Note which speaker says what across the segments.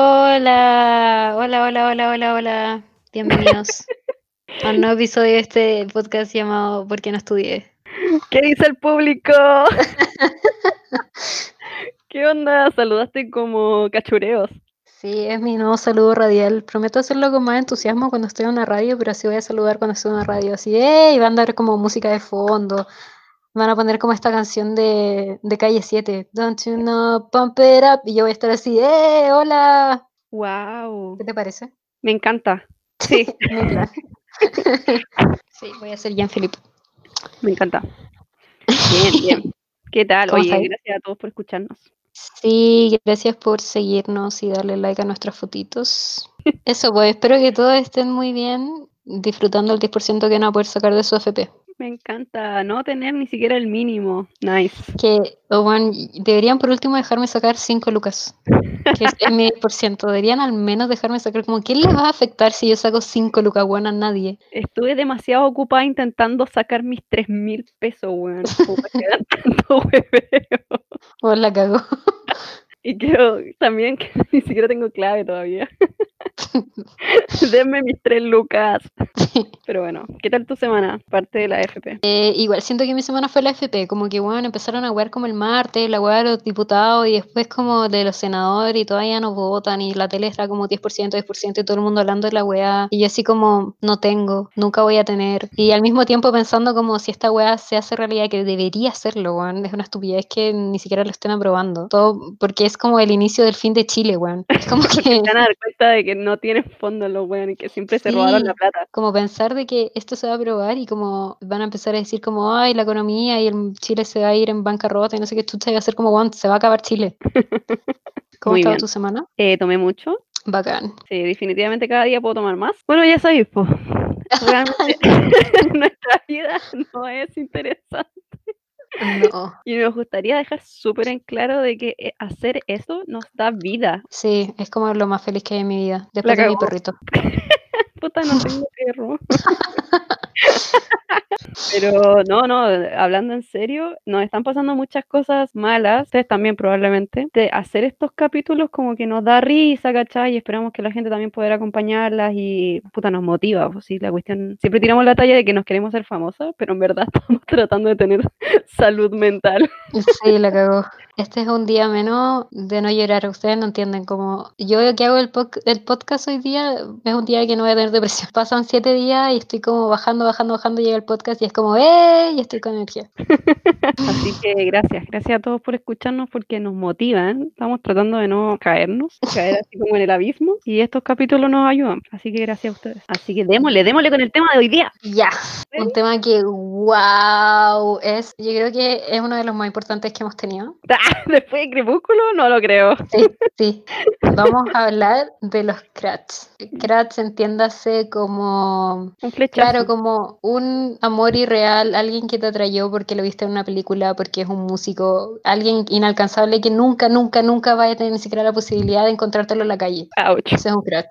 Speaker 1: Hola, hola, hola, hola, hola, hola. Bienvenidos a un nuevo episodio de este podcast llamado ¿Por qué no estudié?
Speaker 2: ¿Qué dice el público? ¿Qué onda? Saludaste como cachureos.
Speaker 1: Sí, es mi nuevo saludo radial. Prometo hacerlo con más entusiasmo cuando estoy en una radio, pero así voy a saludar cuando estoy en una radio. Así, ¡ey! Van a dar como música de fondo. Van a poner como esta canción de, de Calle 7. Don't you know, pump it up. Y yo voy a estar así, ¡eh! ¡Hola!
Speaker 2: Wow.
Speaker 1: ¿Qué te parece?
Speaker 2: Me encanta. Sí,
Speaker 1: Mi plan. sí, voy a ser Jean-Philippe.
Speaker 2: me encanta. Bien, bien. ¿Qué tal?
Speaker 1: ¿Cómo
Speaker 2: Oye,
Speaker 1: estáis?
Speaker 2: gracias a todos por escucharnos.
Speaker 1: Sí, gracias por seguirnos y darle like a nuestras fotitos. Eso, pues espero que todos estén muy bien, disfrutando el 10% que van a poder sacar de su FP.
Speaker 2: Me encanta no tener ni siquiera el mínimo. Nice.
Speaker 1: Que, oh, bueno, y- deberían por último dejarme sacar 5 lucas, que es es mi 10%. Deberían al menos dejarme sacar, como, ¿quién le va a afectar si yo saco 5 lucas, weón? A nadie.
Speaker 2: Estuve demasiado ocupada intentando sacar mis tres mil pesos, weón. como para quedar tanto hueveo.
Speaker 1: O la cagó.
Speaker 2: Y creo también que ni siquiera tengo clave todavía. Denme mis tres lucas. Pero bueno, ¿qué tal tu semana? Parte de la FP.
Speaker 1: Eh, igual siento que mi semana fue la FP, como que bueno, empezaron a wear como el martes, la weá de los diputados y después como de los senadores y todavía no votan y la tele está como 10%, 10% y todo el mundo hablando de la weá y yo así como no tengo, nunca voy a tener y al mismo tiempo pensando como si esta weá se hace realidad, que debería hacerlo, weón, es una estupidez que ni siquiera lo estén aprobando, todo porque es como el inicio del fin de Chile, weón, es como que...
Speaker 2: Te van a dar cuenta de que no tienen fondos los weones, que siempre se robaron la
Speaker 1: Sí.
Speaker 2: plata.
Speaker 1: como pensar de que esto se va a aprobar y como van a empezar a decir como, ay, la economía y el Chile se va a ir en bancarrota y no sé qué chucha y va a ser como, "Weón, se va a acabar Chile. ¿Cómo ha
Speaker 2: Muy
Speaker 1: estado
Speaker 2: bien.
Speaker 1: tu semana?
Speaker 2: Eh, tomé mucho.
Speaker 1: Bacán.
Speaker 2: Sí, definitivamente cada día puedo tomar más. Bueno, ya sabéis, po. Realmente nuestra vida no es interesante.
Speaker 1: No.
Speaker 2: Y nos gustaría dejar súper en claro de que eh, hacer eso nos da vida.
Speaker 1: Sí, es como lo más feliz que hay en mi vida. Después de mi
Speaker 2: cagó.
Speaker 1: perrito.
Speaker 2: Puta, no tengo perro. Pero no, no, hablando en serio, nos están pasando muchas cosas malas, ustedes también probablemente, de hacer estos capítulos como que nos da risa, ¿cachai? Y esperamos que la gente también poder acompañarlas y puta, nos motiva, pues sí, la cuestión, siempre tiramos la talla de que nos queremos ser famosas, pero en verdad estamos tratando de tener salud mental.
Speaker 1: Sí, la cagó. Este es un día menos de no llorar. Ustedes no entienden cómo. Yo que hago el, poc- el podcast hoy día es un día que no voy a tener depresión. Pasan siete días y estoy como bajando, bajando, bajando. Llega el podcast y es como, ¡eh! Y estoy con energía.
Speaker 2: Así que gracias, gracias a todos por escucharnos porque nos motivan, estamos tratando de no caernos, caer así como en el abismo y estos capítulos nos ayudan, así que gracias a ustedes. Así que démosle, démosle con el tema de hoy día.
Speaker 1: Ya.
Speaker 2: Ready?
Speaker 1: Un tema que, wow, es, yo creo que es uno de los más importantes que hemos tenido.
Speaker 2: Ah, Después de Crepúsculo, no lo creo.
Speaker 1: Sí, sí. Vamos a hablar de los crats. Crats, entiéndase como,
Speaker 2: Un flechazo.
Speaker 1: claro, como un amor irreal, alguien que te atrayó porque lo viste en una película, porque es un músico, alguien inalcanzable que nunca, nunca, nunca va a tener ni siquiera la posibilidad de encontrártelo en la calle.
Speaker 2: Ouch.
Speaker 1: Ese es un crat.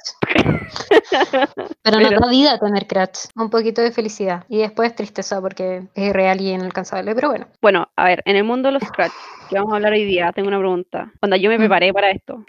Speaker 1: Pero nos
Speaker 2: Pero-
Speaker 1: da vida tener crats. Un poquito de felicidad. Y después tristeza porque es irreal y inalcanzable. Pero bueno.
Speaker 2: Bueno, a ver, en el mundo de los scratch, que vamos a hablar hoy día, tengo una pregunta. Onda, yo me
Speaker 1: Mm.
Speaker 2: preparé para esto.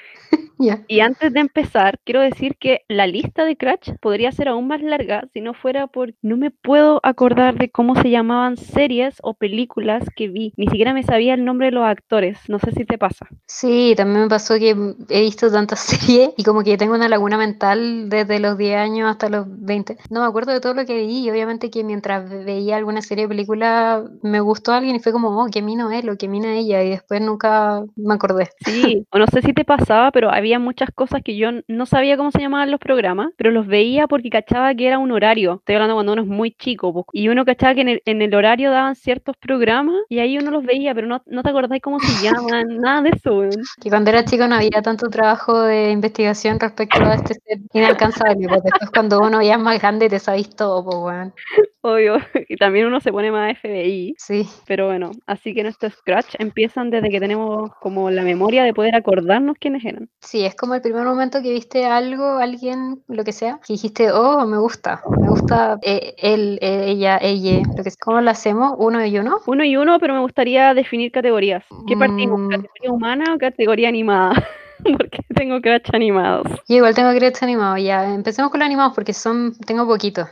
Speaker 1: Ya.
Speaker 2: Y antes de empezar, quiero decir que la lista de Cratch podría ser aún más larga si no fuera por no me puedo acordar de cómo se llamaban series o películas que vi. Ni siquiera me sabía el nombre de los actores. No sé si te pasa.
Speaker 1: Sí, también me pasó que mm, he visto tantas series y como que tengo una laguna mental desde los 10 años hasta los 20. No me acuerdo de todo lo que vi y obviamente que mientras ve- veía alguna serie o película me gustó alguien y fue como, oh, qué mina él o qué mina ella y después nunca me acordé.
Speaker 2: Sí, o no sé si te pasaba, pero había muchas cosas que yo n- no sabía cómo se llamaban los programas, pero los veía porque cachaba que era un horario. Estoy hablando cuando uno es muy chico, po, y uno cachaba que en el, en el horario daban ciertos programas y ahí uno los veía, pero no, no te acordás cómo se llaman, nada de eso, weón.
Speaker 1: Que cuando era chico no había tanto trabajo de investigación respecto a este ser inalcanzable, pues después cuando uno ya es más grande te sabes todo, pues weón.
Speaker 2: Obvio, y también uno se pone más FBI,
Speaker 1: Sí.
Speaker 2: pero bueno, así que nuestro Scratch empieza pasan desde que tenemos como la memoria de poder acordarnos quiénes eran.
Speaker 1: Sí, es como el primer momento que viste algo, alguien, lo que sea, que dijiste, oh, me gusta, me gusta eh, él, eh, ella, ella, lo que sea. ¿Cómo lo hacemos? ¿Uno y uno?
Speaker 2: Uno y uno, pero me gustaría definir categorías. ¿Qué partimos?
Speaker 1: Mm.
Speaker 2: ¿Categoría humana o categoría animada? Porque tengo crash animados.
Speaker 1: Yo igual tengo créditos animados, ya. Empecemos con los animados porque son, tengo poquitos.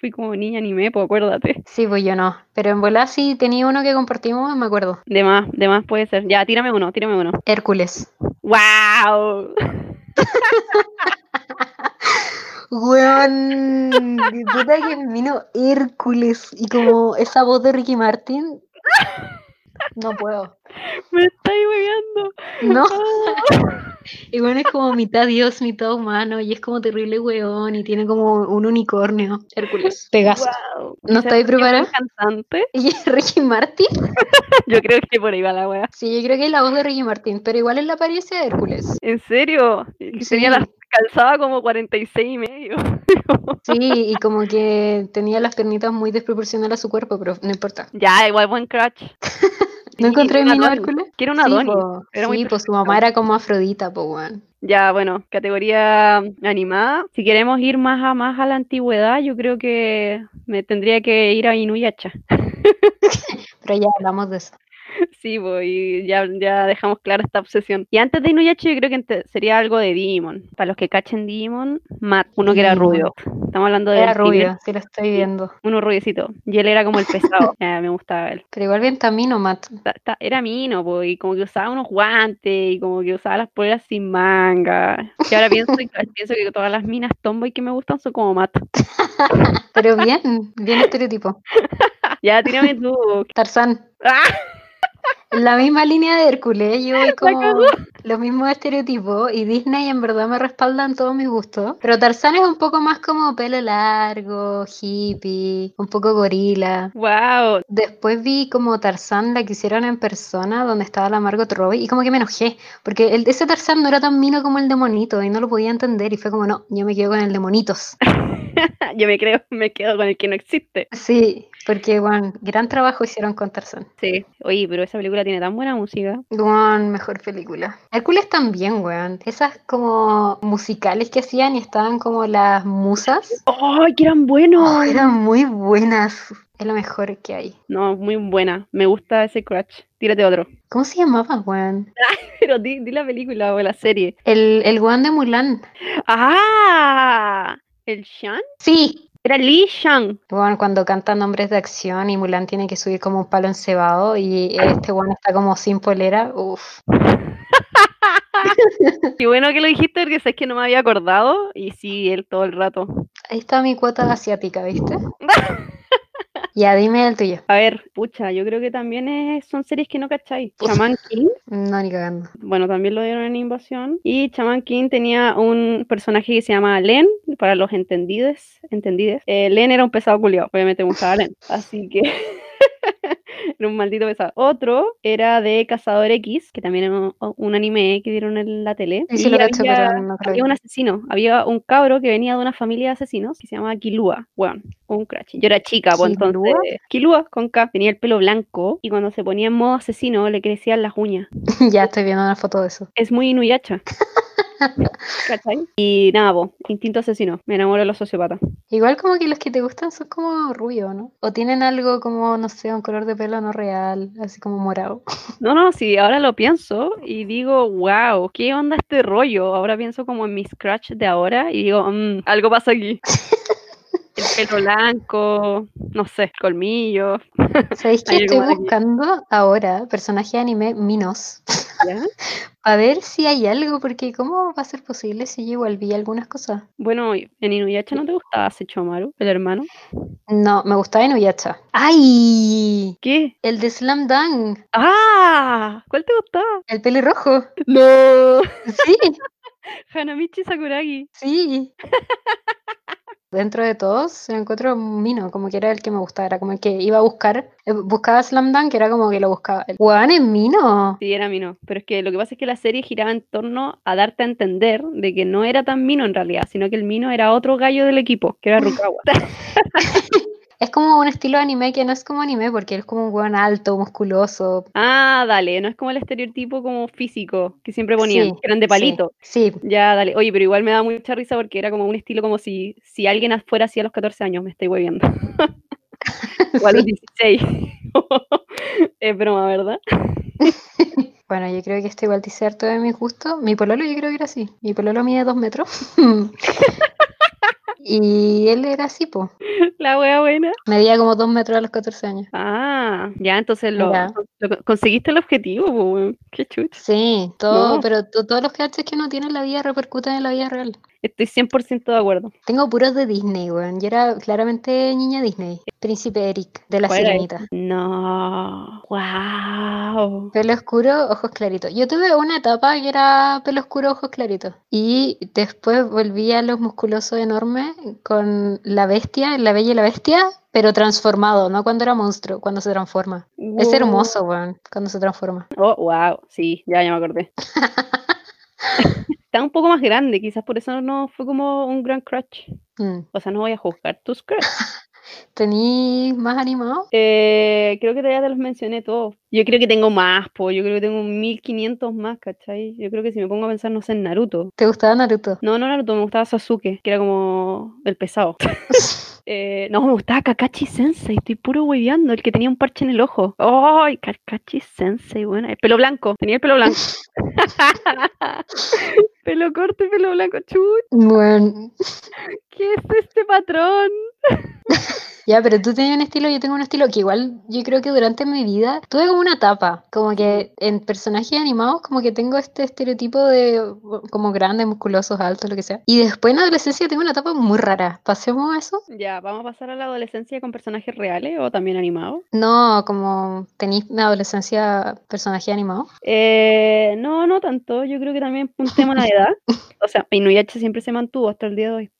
Speaker 2: Fui como niña anime, pues acuérdate.
Speaker 1: Sí, pues yo no. Pero en volar sí tenía uno que compartimos, me acuerdo.
Speaker 2: De más, de más puede ser. Ya, tírame uno, tírame uno.
Speaker 1: Hércules.
Speaker 2: ¡Wow!
Speaker 1: Weón, puta que vino Hércules y como esa voz de Ricky Martin. No puedo.
Speaker 2: Me estáis hueveando.
Speaker 1: No.
Speaker 2: Ah.
Speaker 1: Y bueno, es como mitad dios, mitad humano y es como terrible weón y tiene como un unicornio. Hércules. Pegaso.
Speaker 2: Guau.
Speaker 1: ¿No
Speaker 2: ¿Será
Speaker 1: estáis
Speaker 2: porque era un
Speaker 1: preparada?
Speaker 2: cantante?
Speaker 1: ¿Y Ricky Martin?
Speaker 2: Yo creo que por ahí va la wea.
Speaker 1: Sí, yo creo que es la voz de Ricky Martin, pero igual es la apariencia de Hércules.
Speaker 2: ¿En serio? Y Tenía la
Speaker 1: Sí.
Speaker 2: calzada como 46 y medio.
Speaker 1: Sí, y como que tenía las piernitas muy desproporcionadas a su cuerpo, pero no importa.
Speaker 2: ya, igual buen crush.
Speaker 1: ¿No encontré
Speaker 2: una
Speaker 1: mi
Speaker 2: Adonis.
Speaker 1: Hércules?
Speaker 2: Quiero una Adonis. Era muy
Speaker 1: Sí, pues su mamá era como Afrodita, pues weón.
Speaker 2: Ya, bueno, categoría um, animada. Si queremos ir más a más a la antigüedad, yo creo que me tendría que ir a Inuyasha.
Speaker 1: Pero ya hablamos de eso.
Speaker 2: Sí, bo, y ya, ya dejamos clara esta obsesión. Y antes de Inuyasha, yo creo que ente- sería algo de Digimon. Para los que cachen Digimon, Matt, uno que era
Speaker 1: Digimon.
Speaker 2: rubio. Estamos hablando de
Speaker 1: Era rubia, sí lo estoy viendo.
Speaker 2: uno rubiecito. Y él era como el pesado. Eh, me gustaba él.
Speaker 1: Pero igual bien tamino, Matt.
Speaker 2: Ta- ta- Era mino, po, y como que usaba unos guantes, y como que usaba las poleras sin manga. Y ahora pienso, y- pienso que todas las minas tomboy que me gustan son como Matt.
Speaker 1: Pero bien, bien estereotipo.
Speaker 2: Ya, tírame tú. bo.
Speaker 1: Tarzán.
Speaker 2: ¡Ah!
Speaker 1: en La misma línea de Hércules, yo voy como
Speaker 2: cagó.
Speaker 1: los mismos estereotipos y Disney en verdad me respalda en todos mis gustos. Pero Tarzán es un poco más como pelo largo, hippie, un poco gorila.
Speaker 2: ¡Wow!
Speaker 1: Después vi como Tarzán la que hicieron en persona, donde estaba la Margot Robbie, y como que me enojé, porque el, ese Tarzán no era tan mino como el de Monito, y no lo podía entender, y fue como, no, yo me quedo con el de Monitos.
Speaker 2: Yo me creo, me quedo con el que no existe.
Speaker 1: Sí, porque, bueno, gran trabajo hicieron con Tarzán.
Speaker 2: Sí. Oye, pero esa película tiene tan buena música.
Speaker 1: Weón, mejor película. Hércules también, weón. Esas como musicales que hacían y estaban como las musas.
Speaker 2: ¡Ay, que eran
Speaker 1: Oh,
Speaker 2: buenos!
Speaker 1: eran muy buenas. Es lo mejor que hay.
Speaker 2: No, muy buena. Me gusta ese crush. Tírate otro.
Speaker 1: ¿Cómo se llamaba, weón?
Speaker 2: Pero di, di la película o la serie.
Speaker 1: El, el weón de Mulan.
Speaker 2: ¡Ah! ¿El Shan?
Speaker 1: Sí,
Speaker 2: Era Lee Shan.
Speaker 1: Bueno, cuando cantan nombres de acción y Mulan tiene que subir como un palo encebado y este bueno está como sin polera, uff.
Speaker 2: Qué bueno que lo dijiste porque sabes que no me había acordado. Y sí, él todo el rato.
Speaker 1: Ahí está mi cuota asiática, ¿viste? ya, dime el tuyo.
Speaker 2: A ver, pucha, yo creo que también es- son series que no cacháis. Shaman King,
Speaker 1: No, ni cagando.
Speaker 2: bueno, también lo dieron en Invasión. Y Shaman King tenía un personaje que se llama Len, para los entendides. entendides. Eh, Len era un pesado culiao, obviamente me gustaba Len. Así que era un maldito pesado. Otro era de Cazador X, que también era un, un anime que dieron en la tele.
Speaker 1: Sí, sí lo cacho, pero
Speaker 2: había-
Speaker 1: no creo
Speaker 2: había
Speaker 1: que-
Speaker 2: un asesino, había un cabro que venía de una familia de asesinos que se llamaba Kilua, weón, un crash. Yo era chica, pues
Speaker 1: ¿Kilua?
Speaker 2: entonces Kilua con K, tenía el pelo blanco y cuando se ponía en modo asesino le crecían las uñas.
Speaker 1: ya estoy viendo una foto de eso.
Speaker 2: Es muy Inuyasha. ¿Cachai? Y nada, po, instinto asesino. Me enamoro de los sociópatas.
Speaker 1: Igual como que los que te gustan son como rubio, ¿no? O tienen algo como, no sé, un color de pelo no real, así como morado.
Speaker 2: No, no, sí, ahora lo pienso y digo, wow, ¿qué onda este rollo? Ahora pienso como en mis crush de ahora y digo, "Mm, algo pasa aquí. El pelo blanco, no sé, colmillo.
Speaker 1: ¿Sabéis qué
Speaker 2: Ay,
Speaker 1: estoy
Speaker 2: como de-
Speaker 1: buscando ahora? Personaje de anime Minos.
Speaker 2: ¿ya?
Speaker 1: A ver si hay algo, porque ¿cómo va a ser posible si yo igual vi algunas cosas?
Speaker 2: Bueno, y- en Inuyasha no te gustaba Sechomaru, el hermano.
Speaker 1: No, me gustaba Inuyasha. ¡Ay!
Speaker 2: ¿Qué?
Speaker 1: El de Slam Dunk,
Speaker 2: ¡Ah! ¿Cuál te gustaba?
Speaker 1: el pelirrojo.
Speaker 2: No.
Speaker 1: Sí,
Speaker 2: Hanamichi Sakuragi.
Speaker 1: sí. Dentro de todos, lo encuentro Mino, como que era el que me gustaba, era como el que iba a buscar, eh, buscaba Slam Dunk, era como que lo buscaba. El Juan es Mino.
Speaker 2: Sí, era Mino. Pero es que lo que pasa es que la serie giraba en torno a darte a entender de que no era tan Mino en realidad, sino que el Mino era otro gallo del equipo, que era Rukawa.
Speaker 1: Es como un estilo de anime que no es como anime porque es como un weón alto, musculoso.
Speaker 2: Ah, dale, no es como el estereotipo como físico que siempre ponían,
Speaker 1: Sí,
Speaker 2: que eran de palito.
Speaker 1: Sí,
Speaker 2: Ya, dale. Oye, pero igual me da mucha risa porque era como un estilo como si, si alguien afuera hacía a los 14 años, me estoy hueviando. o a los 16. es broma, ¿verdad?
Speaker 1: Bueno, yo creo que esto igual dice harto de mi gusto. Mi pololo yo creo que era así. Mi pololo mide dos metros. y él era así, po.
Speaker 2: La wea buena.
Speaker 1: Medía como dos metros a los 14 años.
Speaker 2: Ah, ya, entonces lo,
Speaker 1: Ya.
Speaker 2: lo- conseguiste el objetivo, po, weón. Qué chucha.
Speaker 1: Sí, todo,
Speaker 2: No.
Speaker 1: pero to- todos los caches que uno tiene en la vida repercuten en la vida real.
Speaker 2: Estoy 100% de acuerdo.
Speaker 1: Tengo puros de Disney, weón. Yo era claramente niña Disney. Príncipe Eric, de la
Speaker 2: ¿Cuál era
Speaker 1: sirenita.
Speaker 2: No. Wow.
Speaker 1: Pelo oscuro, ojos claritos. Yo tuve una etapa que era pelo oscuro, ojos claritos. Y después volví a los musculosos enormes con la bestia, la bella y la bestia, pero transformado, no cuando era monstruo, cuando se transforma. Es hermoso, weón, cuando se transforma.
Speaker 2: Oh, wow. Sí, ya, ya me acordé. Está un poco más grande, quizás por eso no fue como un gran crush.
Speaker 1: Mm.
Speaker 2: O sea, no voy a juzgar tus crush.
Speaker 1: ¿Tení más animado?
Speaker 2: Eh, creo que ya te los mencioné todos. Yo creo que tengo más, po. Yo creo que tengo 1500 más, ¿cachai? Yo creo que si me pongo a pensar, no sé, en Naruto.
Speaker 1: ¿Te gustaba Naruto?
Speaker 2: No, no Naruto, me gustaba Sasuke, que era como el pesado. Eh, no, me gustaba Kakashi Sensei, estoy puro hueveando, el que tenía un parche en el ojo. ¡Ay, Kakashi Sensei! Bueno, el pelo blanco, tenía el pelo blanco. pelo corto y pelo blanco, chuy.
Speaker 1: Bueno,
Speaker 2: ¿Qué es este patrón?
Speaker 1: ya, pero tú tenías un estilo, yo tengo un estilo que igual yo creo que durante mi vida tuve como una etapa, como que en personajes animados como que tengo este estereotipo de u- como grandes, musculosos, altos, lo que sea. Y después en adolescencia tengo una etapa muy rara. ¿Pasemos a eso?
Speaker 2: Ya, vamos a pasar a la adolescencia con personajes reales o también animados.
Speaker 1: No, como tenéis en adolescencia personaje animado.
Speaker 2: Eh, no, no tanto, yo creo que también un tema de edad. O sea, Inuyasha siempre se mantuvo hasta el día de hoy.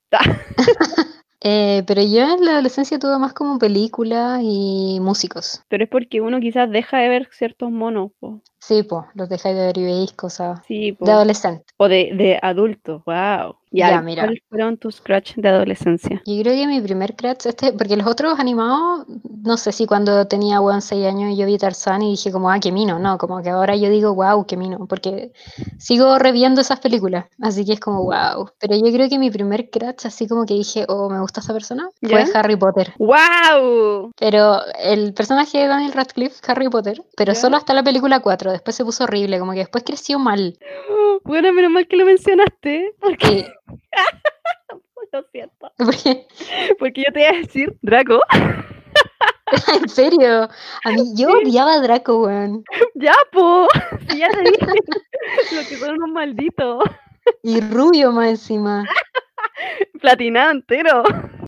Speaker 1: Eh, pero yo en la adolescencia tuve más como películas y músicos.
Speaker 2: Pero es porque uno quizás deja de ver ciertos monos, po.
Speaker 1: Sí, pues, los dejáis de ver y veis cosas
Speaker 2: Sí, po.
Speaker 1: de adolescente.
Speaker 2: O de, de adulto, wow. Ya,
Speaker 1: Ya,
Speaker 2: ¿y
Speaker 1: mira.
Speaker 2: ¿Cuáles fueron tus crush de adolescencia?
Speaker 1: Yo creo que mi primer crush, este, porque los otros animados, no sé si cuando tenía weón, 6 años yo vi Tarzán y dije como, ah, qué mino, no, como que ahora yo digo, wow, qué mino, porque sigo reviendo esas películas, así que es como, wow. Pero yo creo que mi primer crush, así como que dije, oh, me gusta esta persona, fue
Speaker 2: ¿Ya?
Speaker 1: Harry Potter.
Speaker 2: ¡Wow!
Speaker 1: Pero el personaje de Daniel Radcliffe, Harry Potter, pero
Speaker 2: ¿Ya?
Speaker 1: solo hasta la película 4, después se puso horrible, como que después creció mal. Eh,
Speaker 2: Bueno, menos mal que lo mencionaste, porque
Speaker 1: Y-
Speaker 2: lo siento.
Speaker 1: porque
Speaker 2: Porque yo te iba a decir, Draco,
Speaker 1: en serio, a mí, yo odiaba a Draco, weón.
Speaker 2: ya, po. si ya te dije lo que son unos malditos.
Speaker 1: Y rubio más encima.
Speaker 2: Platinado entero.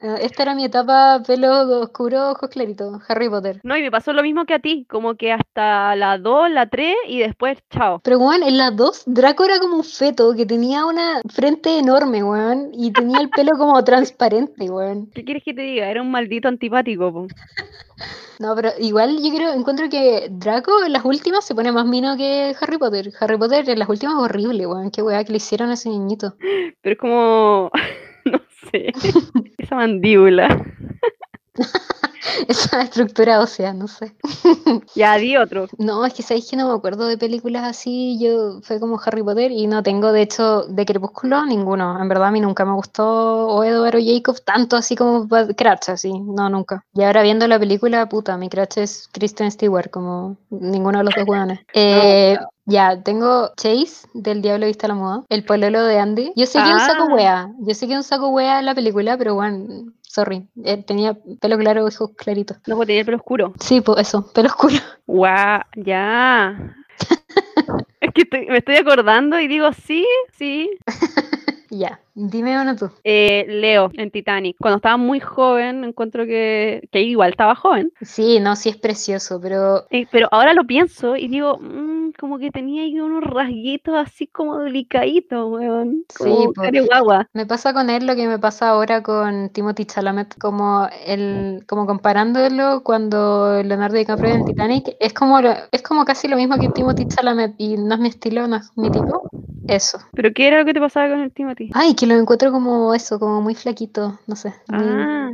Speaker 1: Ah, Esta era mi etapa pelo oscuro, ojos claritos, Harry Potter.
Speaker 2: No, y me pasó lo mismo que a ti, como que hasta la 2, la 3 y después chao.
Speaker 1: Pero, weón, en las dos, Draco era como un feto que tenía una frente enorme, weón, y tenía el pelo como transparente, weón.
Speaker 2: ¿Qué quieres que te diga? Era un maldito antipático, po.
Speaker 1: No, pero igual yo creo, encuentro que Draco en las últimas se pone más mino que Harry Potter. Harry Potter en las últimas es horrible, weón, qué weá que le hicieron a ese niñito.
Speaker 2: Pero es como, no sé, esa mandíbula.
Speaker 1: Esa estructura ósea, no sé.
Speaker 2: Ya, di otro.
Speaker 1: No, es que sabéis que no me acuerdo de películas así. Yo fue como Harry Potter y no tengo, de hecho, de Crepúsculo ninguno. En verdad, a mí nunca me gustó o Edward o Jacob tanto así como pa- Crash, así. No, nunca. Y ahora viendo la película, puta, mi Crash es Kristen Stewart, como ninguno de los dos hueones. Eh, Ya, tengo Chase del Diablo Vista a la Moda, el pololo de Andy. Yo sé que es un saco
Speaker 2: Ah.
Speaker 1: wea, yo sé que es un saco wea en la película, pero bueno, sorry. Él tenía pelo claro, ojos claritos.
Speaker 2: No, porque tenía el pelo oscuro.
Speaker 1: Sí, pues eso, pelo oscuro.
Speaker 2: Guau, ya. es que estoy- me estoy acordando y digo, sí, sí.
Speaker 1: Ya, dime uno tú.
Speaker 2: Eh, Leo en Titanic. Cuando estaba muy joven, encuentro que, que igual estaba joven.
Speaker 1: Sí, no, sí es precioso, pero
Speaker 2: Eh, pero ahora lo pienso y digo, "Mm, como que tenía ahí unos rasguitos así como delicaditos, weón.
Speaker 1: Sí,
Speaker 2: Como
Speaker 1: po.
Speaker 2: cara de guagua.
Speaker 1: me pasa con él lo que me pasa ahora con Timothy Chalamet, como el, como comparándolo cuando Leonardo DiCaprio en Titanic, es como lo- es como casi lo mismo que Timothy Chalamet y no es mi estilo, no es mi tipo, Eso.
Speaker 2: ¿Pero qué era lo que te pasaba con el Timothy?
Speaker 1: Ay, que lo encuentro como eso, como muy flaquito, no sé. muy-
Speaker 2: Ah,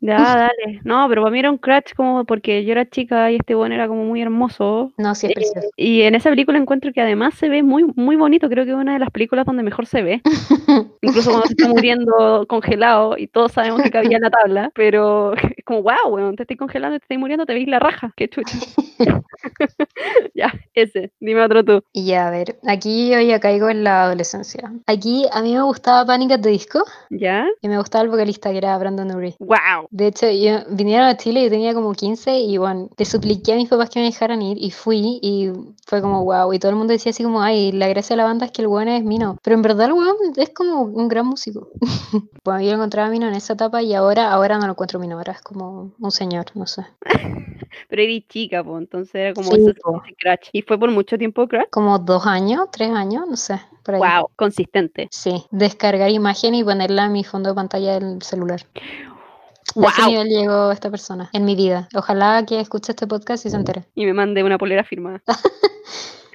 Speaker 2: ya, dale. No, pero para mí era un crash como porque yo era chica y este bueno era como muy hermoso.
Speaker 1: No, sí es precioso.
Speaker 2: Y en esa película encuentro que además se ve muy, muy bonito. Creo que es una de las películas donde mejor se ve. Incluso cuando se está muriendo congelado y todos sabemos que cabía en la tabla. Pero es como, wow, weón, te estoy congelando, te estoy muriendo, te veis la raja. Qué chucha. ya, ese. Dime otro tú.
Speaker 1: Y ya, a ver, aquí hoy ya caigo en la adolescencia. Aquí a mí me gustaba Panic! at the Disco
Speaker 2: ¿Ya?
Speaker 1: y me gustaba el vocalista que era Brandon Urie.
Speaker 2: Wow.
Speaker 1: De hecho, yo, vinieron a Chile, yo tenía como 15 y bueno, le supliqué a mis papás que me dejaran ir y fui y fue como wow. Y todo el mundo decía así como, ay, la gracia de la banda es que el weón es Mino. Pero en verdad el weón es como un gran músico. bueno, yo lo encontraba Mino en esa etapa y ahora, ahora no lo encuentro Mino, ahora es como un señor, no sé.
Speaker 2: Pero eres chica, pues, entonces era como
Speaker 1: Sí,
Speaker 2: ese,
Speaker 1: po.
Speaker 2: ese crash. ¿Y fue por mucho tiempo crash?
Speaker 1: Como dos años, tres años, no sé, por ahí.
Speaker 2: Wow, consistente.
Speaker 1: Sí, descargar imagen y ponerla en mi fondo de pantalla del celular. A ese
Speaker 2: Guau.
Speaker 1: nivel llegó esta persona en mi vida. Ojalá que escuche este podcast y se entere.
Speaker 2: Y me mandé una polera firmada.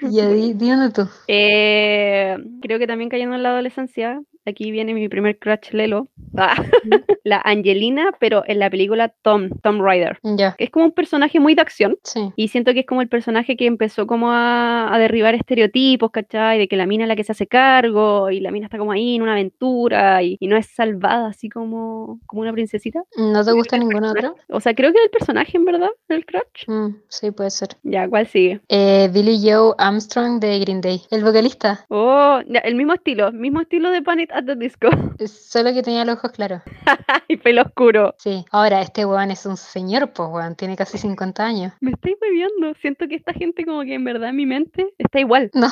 Speaker 1: Ya, di, di dónde tú.
Speaker 2: Eh, creo que también cayendo en la adolescencia, aquí viene mi primer crush Lelo. Ah, la Angelina, pero en la película Tom, Tom Rider.
Speaker 1: Ya,
Speaker 2: Es como un personaje muy de acción.
Speaker 1: sí.
Speaker 2: Y siento que es como el personaje que empezó como a, a derribar estereotipos, ¿cachai? De que la mina es la que se hace cargo y la mina está como ahí en una aventura y, y no es salvada así como, como una princesita.
Speaker 1: ¿No te
Speaker 2: Yo creo
Speaker 1: gusta
Speaker 2: que el
Speaker 1: ninguna otra?
Speaker 2: personaje- O sea, creo que era el personaje en verdad, el crush.
Speaker 1: Mm, sí, puede ser.
Speaker 2: Ya, ¿cuál sigue?
Speaker 1: Eh, Billy Joe Armstrong de Green Day. El vocalista,
Speaker 2: Oh, ya, el mismo estilo, mismo estilo de Panic at the Disco.
Speaker 1: es solo que tenía los ojos claros.
Speaker 2: y pelo oscuro.
Speaker 1: Sí. Ahora, este weón es un señor, pues weón. Tiene casi 50 años.
Speaker 2: Me estáis bebiendo. Siento que esta gente como que en verdad en mi mente está igual.
Speaker 1: No.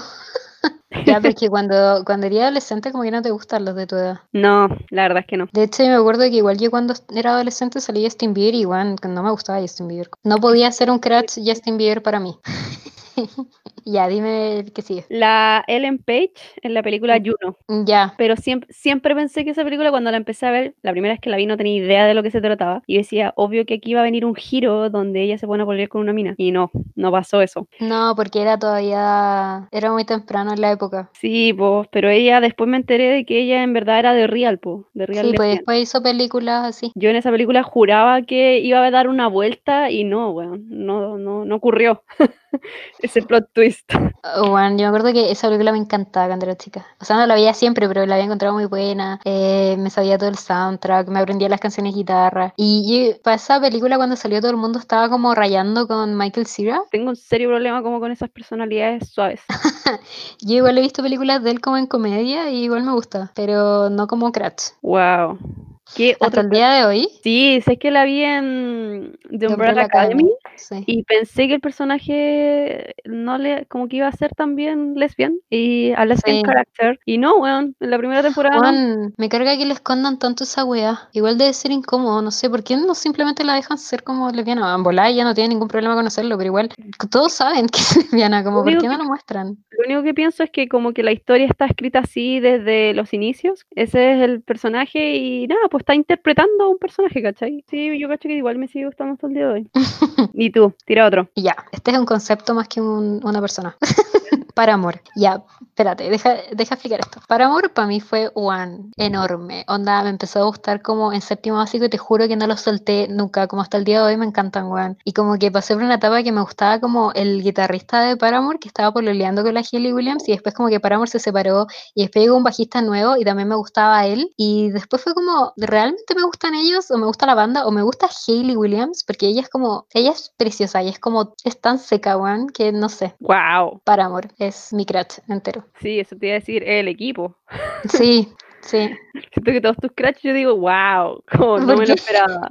Speaker 1: ya, pero es que cuando, cuando eres adolescente, como que no te gustan los de tu edad.
Speaker 2: No, la verdad es que no.
Speaker 1: De hecho, yo me acuerdo que igual yo cuando era adolescente salía Justin Bieber y bueno, no me gustaba Justin Bieber. No podía ser un crash Justin Bieber para mí. ya, dime el que sigue.
Speaker 2: La Ellen Page en la película Juno.
Speaker 1: Ya,
Speaker 2: Pero siempre, siempre pensé que esa película cuando la empecé a ver, la primera vez que la vi no tenía idea de lo que se trataba. Y yo decía, obvio que aquí iba a venir un giro donde ella se pone a volver con una mina. Y no, no pasó eso.
Speaker 1: no, porque era todavía, era muy temprano en la época.
Speaker 2: Sí, pues, pero ella después me enteré de que ella en verdad era de Real, pues, de Real.
Speaker 1: Sí, pues
Speaker 2: Lesbian.
Speaker 1: después hizo películas así.
Speaker 2: Yo en esa película juraba que iba a dar una vuelta y no, weón, no, no, no ocurrió ese plot twist.
Speaker 1: Oh, Bueno, yo me acuerdo que esa película me encantaba cuando era chica. O sea, no la veía siempre, pero la había encontrado muy buena. eh, me sabía todo el soundtrack, me aprendía las canciones guitarra. Y, y para esa película cuando salió todo el mundo estaba como rayando con Michael Cera.
Speaker 2: Tengo un serio problema como con esas personalidades suaves.
Speaker 1: Yo igual he visto películas de él como en comedia y igual me gusta, pero no como Crash.
Speaker 2: Wow. ¿Qué
Speaker 1: Hasta
Speaker 2: otro?
Speaker 1: el día de hoy.
Speaker 2: Sí, sé que la vi en The
Speaker 1: de
Speaker 2: Umbrella Academy
Speaker 1: sí.
Speaker 2: y pensé que el personaje no le como que iba a ser también lesbian y a lesbian
Speaker 1: Sí.
Speaker 2: character y no, weón, en la primera temporada no.
Speaker 1: Juan, me carga que le escondan tanto esa weá. Igual debe ser incómodo, no sé, ¿por qué no simplemente la dejan ser como lesbiana? En volada ya no tiene ningún problema conocerlo, pero igual c- todos saben que es lesbiana, como ¿por
Speaker 2: Obvio
Speaker 1: qué no
Speaker 2: que-
Speaker 1: lo muestran?
Speaker 2: Lo único que pienso es que como que la historia está escrita así desde los inicios, ese es el personaje y nada, pues está interpretando a un personaje, ¿cachai? Sí, yo cacho que igual me sigue gustando hasta el día de hoy. y tú, tira otro.
Speaker 1: Y ya, este es un concepto más que un- una persona. Para amor. Ya, espérate, deja, deja explicar esto. Para amor para mí fue one enorme. Onda, me empezó a gustar como en séptimo básico y te juro que no lo solté nunca. Como hasta el día de hoy me encantan one. Y como que pasé por una etapa que me gustaba como el guitarrista de Paramore que estaba pololeando con la Haley Williams y después como que Paramore se separó y después llegó un bajista nuevo y también me gustaba él. Y después fue como, ¿realmente me gustan ellos? ¿O me gusta la banda? ¿O me gusta Hayley Williams? Porque ella es como, ella es preciosa y es como, es tan seca, one que no sé.
Speaker 2: Wow.
Speaker 1: Para amor, es mi crush entero.
Speaker 2: Sí, eso te iba a decir, el equipo.
Speaker 1: Sí, sí.
Speaker 2: Siento que todos tus crashes yo digo, wow, como no
Speaker 1: ¿Por
Speaker 2: me lo
Speaker 1: qué?
Speaker 2: esperaba.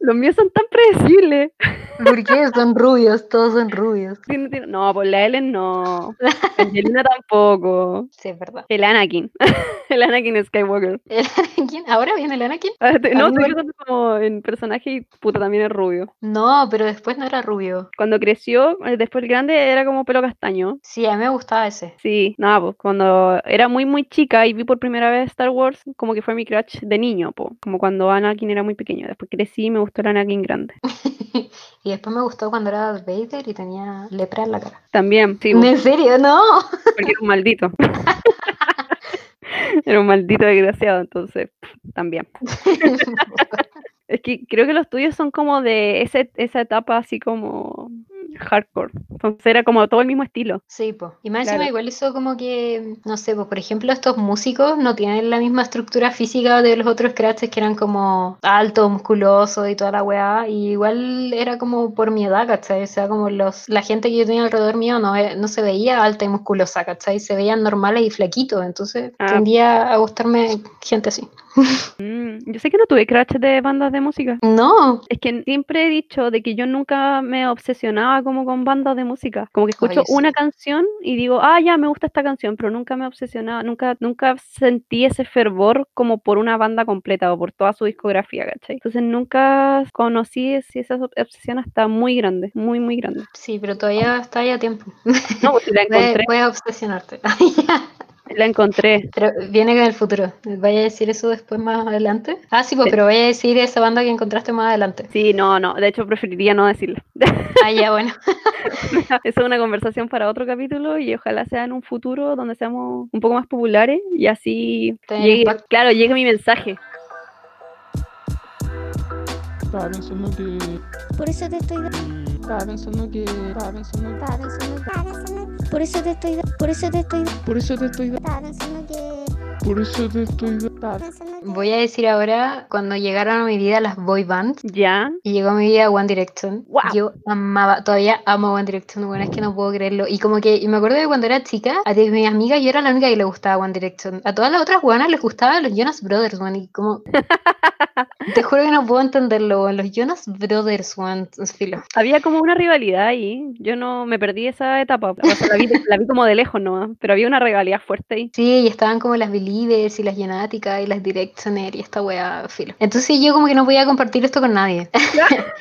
Speaker 2: los míos son tan predecibles.
Speaker 1: ¿Por qué? Son rubios, todos son rubios.
Speaker 2: Sí, No, tiene- no, pues la Ellen no. Angelina tampoco.
Speaker 1: Sí, es verdad.
Speaker 2: El Anakin. el Anakin Skywalker.
Speaker 1: ¿El Anakin? ¿Ahora viene el Anakin?
Speaker 2: Ah, te-
Speaker 1: A
Speaker 2: No,
Speaker 1: mí
Speaker 2: estoy
Speaker 1: igual-
Speaker 2: pensando como en personaje y puta también es rubio.
Speaker 1: No, pero después no era rubio.
Speaker 2: Cuando creció, eh, después el grande era como pelo castaño.
Speaker 1: Sí, a mí me gustaba ese.
Speaker 2: Sí, nada, pues cuando era muy muy chica y vi por primera vez Star Wars, como que fue mi crush de niño, po. como cuando Anakin era muy pequeño. Después crecí y me gustó el Anakin grande.
Speaker 1: Y después me gustó cuando era Darth Vader y tenía lepra en la cara.
Speaker 2: También, sí, pues,
Speaker 1: ¿En serio? No.
Speaker 2: porque era un maldito. Era un maldito desgraciado, entonces también. Es que creo que los tuyos son como de ese, esa etapa así como mm, hardcore. Entonces era como todo el mismo estilo.
Speaker 1: Sí, pues. Y más
Speaker 2: Claro.
Speaker 1: encima igual eso como que, no sé, pues por ejemplo estos músicos no tienen la misma estructura física de los otros crashes que eran como altos, musculosos y toda la weá. Y igual era como por mi edad, ¿cachai? O sea, como los, la gente que yo tenía alrededor mío no, e- no se veía alta y musculosa, ¿cachai? Se veían normales y flaquitos. Entonces
Speaker 2: Ah.
Speaker 1: tendía a gustarme gente así.
Speaker 2: Mm, yo sé que no tuve crush de bandas de música.
Speaker 1: No.
Speaker 2: Es que siempre he dicho de que yo nunca me obsesionaba como con bandas de música. Como que escucho
Speaker 1: yo sí.
Speaker 2: una canción y digo, ah, ya, me gusta esta canción, pero nunca me obsesionaba, nunca, nunca sentí ese fervor como por una banda completa o por toda su discografía, ¿cachai? Entonces nunca conocí es- esa ob- obsesión hasta muy grande, muy, muy grande.
Speaker 1: Sí, pero
Speaker 2: Oh.
Speaker 1: todavía está ahí a tiempo.
Speaker 2: No, pues, la
Speaker 1: Puedes,
Speaker 2: encontré,
Speaker 1: puedes obsesionarte.
Speaker 2: la encontré.
Speaker 1: Pero viene en el futuro. Vaya a decir eso después más adelante. Ah, sí, pues, pero vaya a decir esa banda que encontraste más adelante.
Speaker 2: Sí, no, no, de hecho preferiría no decirlo.
Speaker 1: Ah, ya, bueno.
Speaker 2: Esa es una conversación para otro capítulo y ojalá sea en un futuro donde seamos un poco más populares y así
Speaker 1: Tener
Speaker 2: llegue-
Speaker 1: impacto.
Speaker 2: claro, llegue mi mensaje.
Speaker 3: Estaba pensando que.
Speaker 4: Por eso te estoy dando.
Speaker 3: Estaba pensando que. Estaba pensando
Speaker 4: estaba pensando que- estaba pensando que- Por eso te estoy dando. Por eso te estoy dando.
Speaker 3: Por eso te estoy. da-
Speaker 4: estaba pensando que-
Speaker 3: tá. Por eso te estoy. da-
Speaker 4: estaba pensando que-
Speaker 1: Voy a decir ahora, cuando llegaron a mi vida las boy bands
Speaker 2: Ya.
Speaker 1: y llegó a mi vida One Direction,
Speaker 2: Wow.
Speaker 1: yo amaba, todavía amo One Direction, bueno, es que no puedo creerlo. Y como que, y me acuerdo de cuando era chica, a de mis amigas yo era la única que le gustaba One Direction. A todas las otras guanas les gustaban los Jonas Brothers, man, y como... Te juro que no puedo entenderlo, weón, los Jonas Brothers, one, filo.
Speaker 2: Había como una rivalidad ahí. Yo no me perdí esa etapa. O sea, la, vi, de- la vi como de lejos nomás, pero había una rivalidad fuerte ahí.
Speaker 1: Sí, y estaban como las Believers y las Genáticas y las Directioner y esta weá, filo. Entonces yo como que no podía compartir esto con nadie.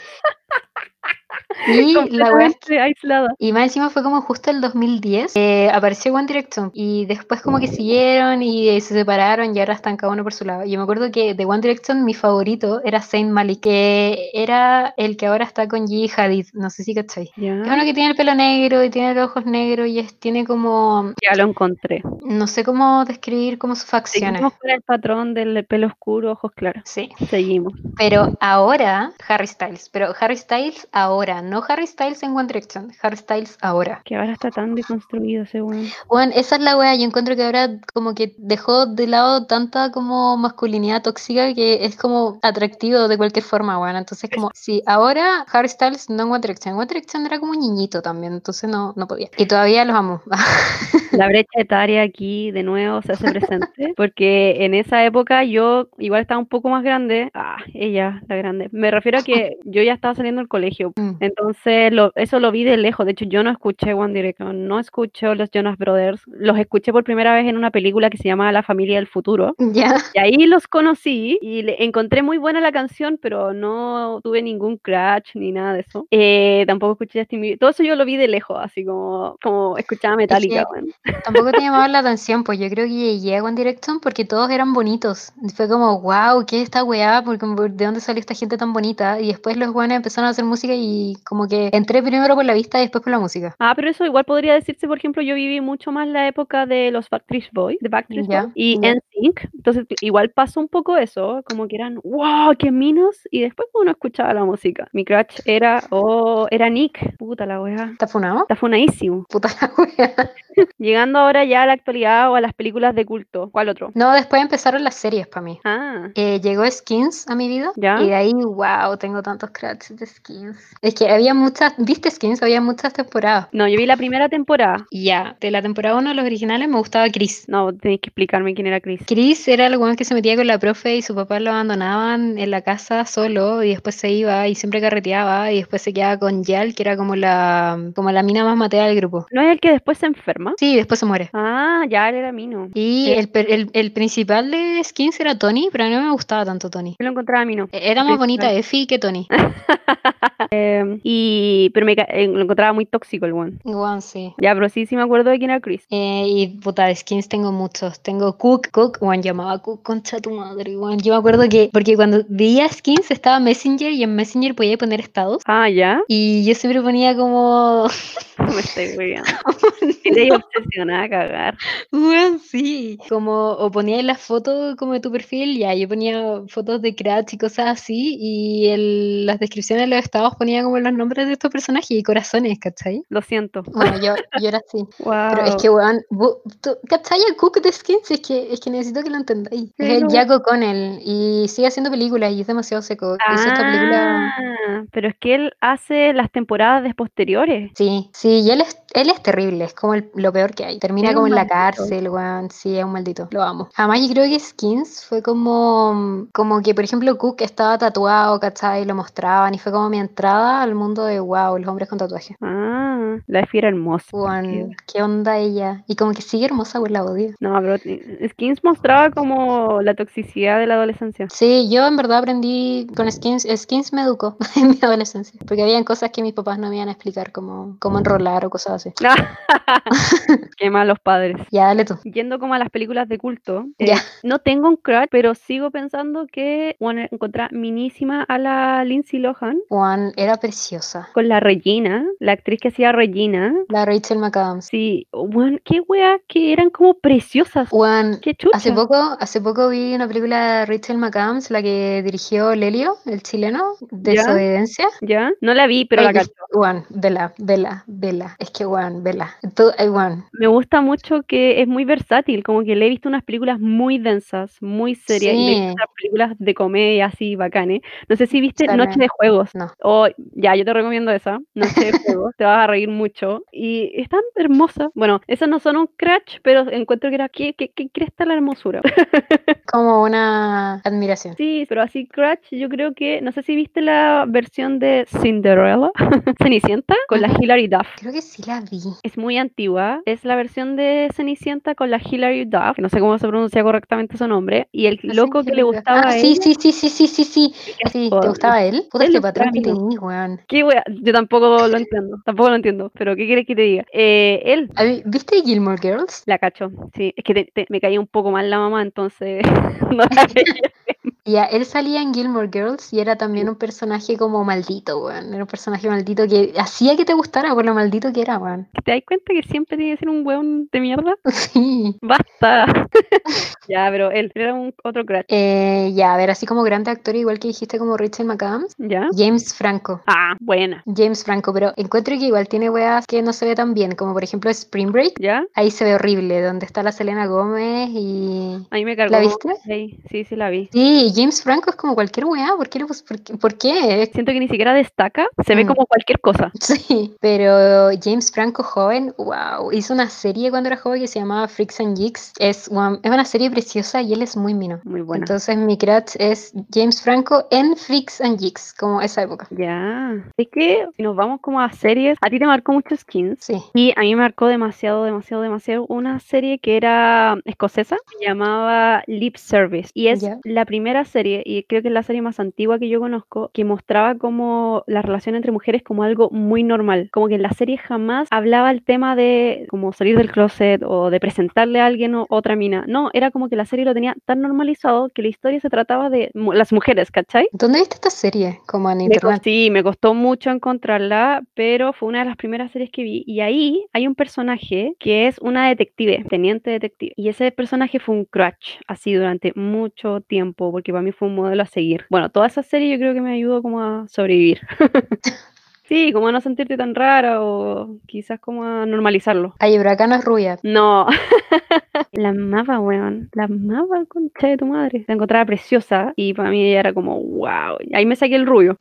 Speaker 1: y la weá
Speaker 2: Completamente aislada.
Speaker 1: y más encima fue como justo el 2010 que eh, apareció One Direction y después como que siguieron y eh, se separaron y ahora están cada uno por su lado. Yo me acuerdo que de One Direction mi favorito era Saint Malik, que era el que ahora está con G Hadid, no sé si cachai. Es
Speaker 2: Ya.
Speaker 1: uno que tiene el pelo negro y tiene los ojos negros y es- tiene como
Speaker 2: Ya lo encontré.
Speaker 1: no sé cómo describir como sus facciones.
Speaker 2: Seguimos con el patrón del pelo oscuro, ojos claros.
Speaker 1: Sí,
Speaker 2: Seguimos.
Speaker 1: pero ahora Harry Styles, pero Harry Styles ahora, no Harry Styles en One Direction, Harry Styles ahora.
Speaker 2: Que ahora está tan deconstruido ese weón.
Speaker 1: Bueno, esa es la wea, yo encuentro que ahora como que dejó de lado tanta como masculinidad tóxica que es como atractivo de cualquier forma, weón. Entonces como, sí, ahora Harry Styles no en One Direction, One Direction era como un niñito también, entonces no, no podía. Y todavía los amo.
Speaker 2: La brecha etaria aquí de nuevo se hace presente, porque en esa época yo igual estaba un poco más grande. Ah, ella, la grande. Me refiero a que yo ya estaba saliendo del colegio.
Speaker 1: Mm.
Speaker 2: Entonces, lo- eso lo vi de lejos. De hecho, yo no escuché One Direction, no escuché los Jonas Brothers. Los escuché por primera vez en una película que se llama La familia del futuro.
Speaker 1: ya,
Speaker 2: Y ahí los conocí y le encontré muy buena la canción, pero no tuve ningún crash ni nada de eso. Eh, tampoco escuché Justin Bieber. Todo eso yo lo vi de lejos, así como, como escuchaba Metallica. weón.
Speaker 1: tampoco te llamaba la atención, pues yo creo que llegué a One Direction porque todos eran bonitos. Y Fue como, wow, ¿qué es esta weá? Porque, ¿De dónde salió esta gente tan bonita? Y después los weones empezaron a hacer música y como que entré primero por la vista y después por la música.
Speaker 2: Ah, pero eso igual podría decirse, por ejemplo, yo viví mucho más la época de los Backstreet Boys, de Backstreet
Speaker 1: Ya,
Speaker 2: Boys y
Speaker 1: ya.
Speaker 2: NSYNC, entonces igual pasó un poco eso, como que eran, wow, qué minos, y después uno escuchaba la música. Mi crush era, oh, era Nick, puta la weá,
Speaker 1: ¿Está funado?
Speaker 2: está funadísimo.
Speaker 1: Puta la wea.
Speaker 2: Llegando ahora ya a la actualidad o a las películas de culto, ¿cuál otro?
Speaker 1: No, después empezaron las series para mí.
Speaker 2: Ah,
Speaker 1: Eh, llegó Skins a mi vida
Speaker 2: Ya.
Speaker 1: y de ahí, wow, tengo tantos crashes de Skins. Es que había muchas, ¿viste Skins? Había muchas temporadas.
Speaker 2: no, yo vi la primera temporada,
Speaker 1: Y Ya, de la temporada 1 de los originales me gustaba Chris.
Speaker 2: no, tenéis que explicarme quién era Chris.
Speaker 1: Chris era el weón que se metía con la profe y su papá lo abandonaban en la casa solo y después se iba y siempre carreteaba y después se quedaba con Yal, que era como la, como la mina más mateada del grupo.
Speaker 2: ¿No es el que después se enferma?
Speaker 1: Sí, después se muere.
Speaker 2: Ah, ya él era mino.
Speaker 1: Y
Speaker 2: Eh.
Speaker 1: el, per- el, el principal de Skins era Tony, pero a mí no me gustaba tanto Tony.
Speaker 2: Yo lo encontraba mino.
Speaker 1: Era más bonita
Speaker 2: Principal.
Speaker 1: Effie que Tony.
Speaker 2: Eh, y, pero me ca- eh, lo encontraba muy tóxico el one.
Speaker 1: Igual, sí.
Speaker 2: Ya, pero sí, sí me acuerdo de quién era Chris.
Speaker 1: Eh, y puta, de skins tengo muchos. Tengo Cook, Cook, Juan llamaba Cook, concha tu madre, Juan. Yo me acuerdo que, porque cuando veía skins estaba Messenger y en Messenger podía poner estados.
Speaker 2: Ah, ya.
Speaker 1: Y yo siempre ponía como.
Speaker 2: Me estoy weando. Estoy obsesionada a cagar.
Speaker 1: Weón, sí. Como, o ponía en la foto como de tu perfil, ya, yo ponía fotos de Cratch y cosas así, y en las descripciones de los estados ponía como los nombres de estos personajes y corazones, ¿cachai? Ah.
Speaker 2: Lo siento.
Speaker 1: Bueno, yo, yo era así.
Speaker 2: Wow.
Speaker 1: Pero es que, weón, bu- tú- ¿cachai a Cook de Skins? Es que, es que necesito que lo entendáis. Es
Speaker 2: Sí,
Speaker 1: el
Speaker 2: lo-
Speaker 1: Jaco Connell y sigue haciendo películas y es demasiado seco. Hizo esta película.
Speaker 2: Ah, pero es que él hace las temporadas de posteriores.
Speaker 1: Sí, sí, y él es, él es terrible, es como el- lo peor que hay. Termina
Speaker 2: Es
Speaker 1: como
Speaker 2: un
Speaker 1: en la
Speaker 2: maldito.
Speaker 1: cárcel, weón. Sí, es un maldito. Lo amo. Además, yo creo que Skins fue como, como que, por ejemplo, Cook estaba tatuado, ¿cachai? Y lo mostraban y fue como mi entrada al mundo de wow, los hombres con tatuaje.
Speaker 2: Ah, la fiera hermosa.
Speaker 1: Weón, qué onda ella. Y como que sigue hermosa, weón, la odio.
Speaker 2: No, pero eh, Skins mostraba como la toxicidad de la adolescencia.
Speaker 1: Sí, yo en verdad aprendí con Skins, Skins me educó en mi adolescencia, porque habían cosas que mis papás no me iban a explicar, como cómo enrolar o cosas así.
Speaker 2: Qué malos padres.
Speaker 1: Ya, dale tú.
Speaker 2: Yendo como a las películas de culto, eh,
Speaker 1: Ya.
Speaker 2: no tengo un crush, pero sigo pensando que bueno, encontré minísima a la Lindsay Lohan
Speaker 1: Juan era preciosa.
Speaker 2: con la Regina, la actriz que hacía Regina.
Speaker 1: La Rachel McAdams.
Speaker 2: Sí, bueno, qué wea, que eran como preciosas.
Speaker 1: Juan,
Speaker 2: Qué chucha.
Speaker 1: hace poco, hace poco vi una película de Rachel McAdams, la que dirigió Lelio, el chileno, Desobediencia.
Speaker 2: ¿Ya? No la vi, pero la
Speaker 1: Oye,
Speaker 2: cacho.
Speaker 1: Juan, vela, vela, vela. Es que Juan, vela. Tú, ay, Juan.
Speaker 2: Me gusta mucho que es muy versátil, como que le he visto unas películas muy densas, muy serias, y le he visto
Speaker 1: Sí.
Speaker 2: otras películas de comedia así bacanes. No sé si viste
Speaker 1: Sale.
Speaker 2: Noche de Juegos.
Speaker 1: No.
Speaker 2: O ya, yo te recomiendo esa, Noche de Juegos, te vas a reír mucho. Y es tan hermosa. Bueno, esas no son un crash, pero encuentro que era, ¿qué, qué, qué cresta la hermosura?
Speaker 1: Como una admiración.
Speaker 2: sí, pero así crash, yo creo que, no sé si viste la versión de Cinderella, Cenicienta, con la
Speaker 1: Ujú.
Speaker 2: Hilary Duff.
Speaker 1: Creo que sí la vi.
Speaker 2: Es muy antigua. Es la versión de Cenicienta con la Hilary Duff, que no sé cómo se pronuncia correctamente su nombre. Y el
Speaker 1: No sé
Speaker 2: loco
Speaker 1: qué
Speaker 2: que le
Speaker 1: película.
Speaker 2: gustaba
Speaker 1: Ah,
Speaker 2: a
Speaker 1: sí,
Speaker 2: ella-
Speaker 1: sí, sí, sí, sí, sí, sí. Sí, ¿te
Speaker 2: asco.
Speaker 1: gustaba él? Puta
Speaker 2: Él
Speaker 1: este
Speaker 2: lo
Speaker 1: patrón que
Speaker 2: extraño.
Speaker 1: tenís, weón.
Speaker 2: Qué wea, Yo tampoco lo entiendo. Tampoco lo entiendo. Pero ¿qué quieres que te diga? Eh, él
Speaker 1: A ver, ¿Viste Gilmore Girls?
Speaker 2: la cachó. Sí, es que te- te- me caía un poco mal la mamá, entonces no la veía.
Speaker 1: Ya, él salía en Gilmore Girls y era también un personaje como maldito, weón. Era un personaje maldito que hacía que te gustara por lo maldito que era, weón.
Speaker 2: ¿Te das cuenta que siempre tiene que ser un weón de mierda?
Speaker 1: Sí.
Speaker 2: ¡Basta! ya, pero él era un otro crash.
Speaker 1: Eh, ya, a ver, así como grande actor, igual que dijiste como Rachel McAdams,
Speaker 2: ¿Ya?
Speaker 1: James Franco.
Speaker 2: Ah, buena.
Speaker 1: James Franco, pero encuentro que igual tiene weas que no se ve tan bien, como por ejemplo Spring Break.
Speaker 2: ¿Ya?
Speaker 1: Ahí se ve horrible, donde está la Selena Gómez y
Speaker 2: A mí me cargó.
Speaker 1: ¿La viste?
Speaker 2: Sí, sí, sí la vi.
Speaker 1: Sí, James Franco es como cualquier weá, ¿por qué? le pus- por, qué- por qué?
Speaker 2: siento que ni siquiera destaca, se ve
Speaker 1: Mm.
Speaker 2: como cualquier cosa.
Speaker 1: Sí, pero James Franco joven, wow, hizo una serie cuando era joven que se llamaba Freaks and Geeks, es, guam- es una serie preciosa y él es muy mino.
Speaker 2: Muy buena.
Speaker 1: Entonces mi crush es James Franco en Freaks and Geeks, como esa época.
Speaker 2: ya. Es que si nos vamos como a series, a ti te marcó mucho Skins.
Speaker 1: Sí,
Speaker 2: Y a mí me marcó demasiado, demasiado, demasiado una serie que era escocesa, se llamaba Lip Service. Y es
Speaker 1: Ya.
Speaker 2: la primera serie, y creo que es la serie más antigua que yo conozco, que mostraba como la relación entre mujeres como algo muy normal. Como que en la serie jamás hablaba el tema de como salir del closet o de presentarle a alguien o otra mina. No, era como que la serie lo tenía tan normalizado que la historia se trataba de mu- las mujeres, ¿cachai?
Speaker 1: ¿dónde viste esta serie? Como en
Speaker 2: Me cos-
Speaker 1: internet.
Speaker 2: sí, me costó mucho encontrarla, pero fue una de las primeras series que vi. Y ahí hay un personaje que es una detective, teniente detective. Y ese personaje fue un crush, así durante mucho tiempo, porque para mí fue un modelo a seguir. Bueno, toda esa serie yo creo que me ayudó como a sobrevivir. sí, como a no sentirte tan rara o quizás como a normalizarlo.
Speaker 1: Ay, pero acá no es rubia.
Speaker 2: No. la amaba, weón. La amaba, concha de tu madre. La encontraba preciosa y para mí ella era como, wow. Ahí me saqué el rubio.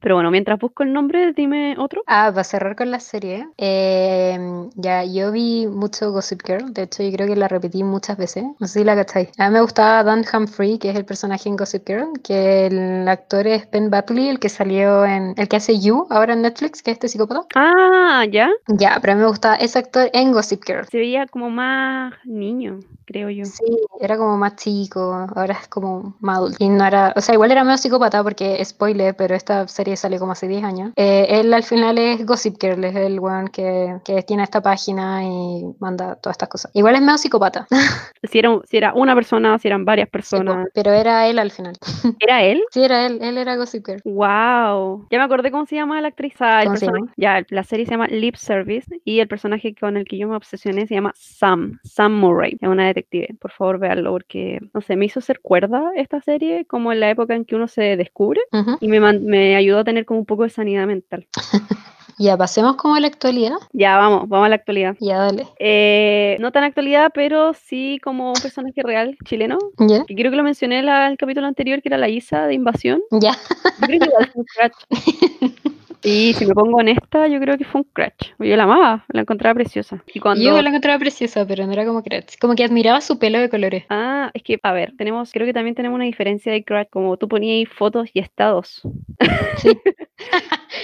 Speaker 2: Pero bueno, mientras busco el nombre, dime otro.
Speaker 1: Ah, para cerrar con la serie, eh, ya, yo vi mucho Gossip Girl, de hecho yo creo que la repetí muchas veces, no sé si la cacháis. A mí me gustaba Dan Humphrey, que es el personaje en Gossip Girl, que el actor es Ben Batley, el que salió en, el que hace You ahora ahora en Netflix, que es este psicópata.
Speaker 2: Ah, ya.
Speaker 1: Ya, pero a mí me gustaba ese actor en Gossip Girl.
Speaker 2: Se veía como más niño, creo yo.
Speaker 1: Sí, era como más chico, ahora es como más adulto. Y no era, o sea, igual era medio psicópata porque, spoiler, pero esta serie salió como hace 10 años. Eh, él al final es Gossip Girl, es el weón que, que tiene esta página y manda todas estas cosas. Igual es medio psicópata, sí,
Speaker 2: Si era, si era una persona, si eran varias
Speaker 1: po,
Speaker 2: personas.
Speaker 1: pero era él al final.
Speaker 2: ¿Era él?
Speaker 1: Sí, era él, él era Gossip Girl.
Speaker 2: Wow, ya me acordé cómo se llama la actriz. Ah, el
Speaker 1: ¿Cómo se llama?
Speaker 2: personaje- Ya, el- la serie se llama Lip Service y el personaje con el que yo me obsesioné se llama Sam, Sam Murray. Es una detective. Por favor, véanlo porque, no sé, me hizo ser cuerda esta serie como en la época en que uno se descubre
Speaker 1: Ujú.
Speaker 2: y me, man- me ayudó a tener como un poco de sanidad mental.
Speaker 1: Ya, pasemos como a la actualidad.
Speaker 2: Ya, vamos, vamos a la actualidad.
Speaker 1: Ya, dale.
Speaker 2: Eh, no tan actualidad, pero sí como un personaje real chileno.
Speaker 1: Ya,
Speaker 2: Que creo que lo mencioné en la- el capítulo anterior, que era la Isa de Invasión.
Speaker 1: ya.
Speaker 2: Yo creo que igual fue un crush. Y si me pongo honesta, yo creo que fue un crush. Yo la amaba, la encontraba preciosa. Y cuando...
Speaker 1: Yo la encontraba preciosa, pero no era como que Como que admiraba su pelo de colores.
Speaker 2: Ah, es que, a ver, tenemos, creo que también tenemos una diferencia de crush, como tú ponías ahí fotos y estados.
Speaker 1: Sí.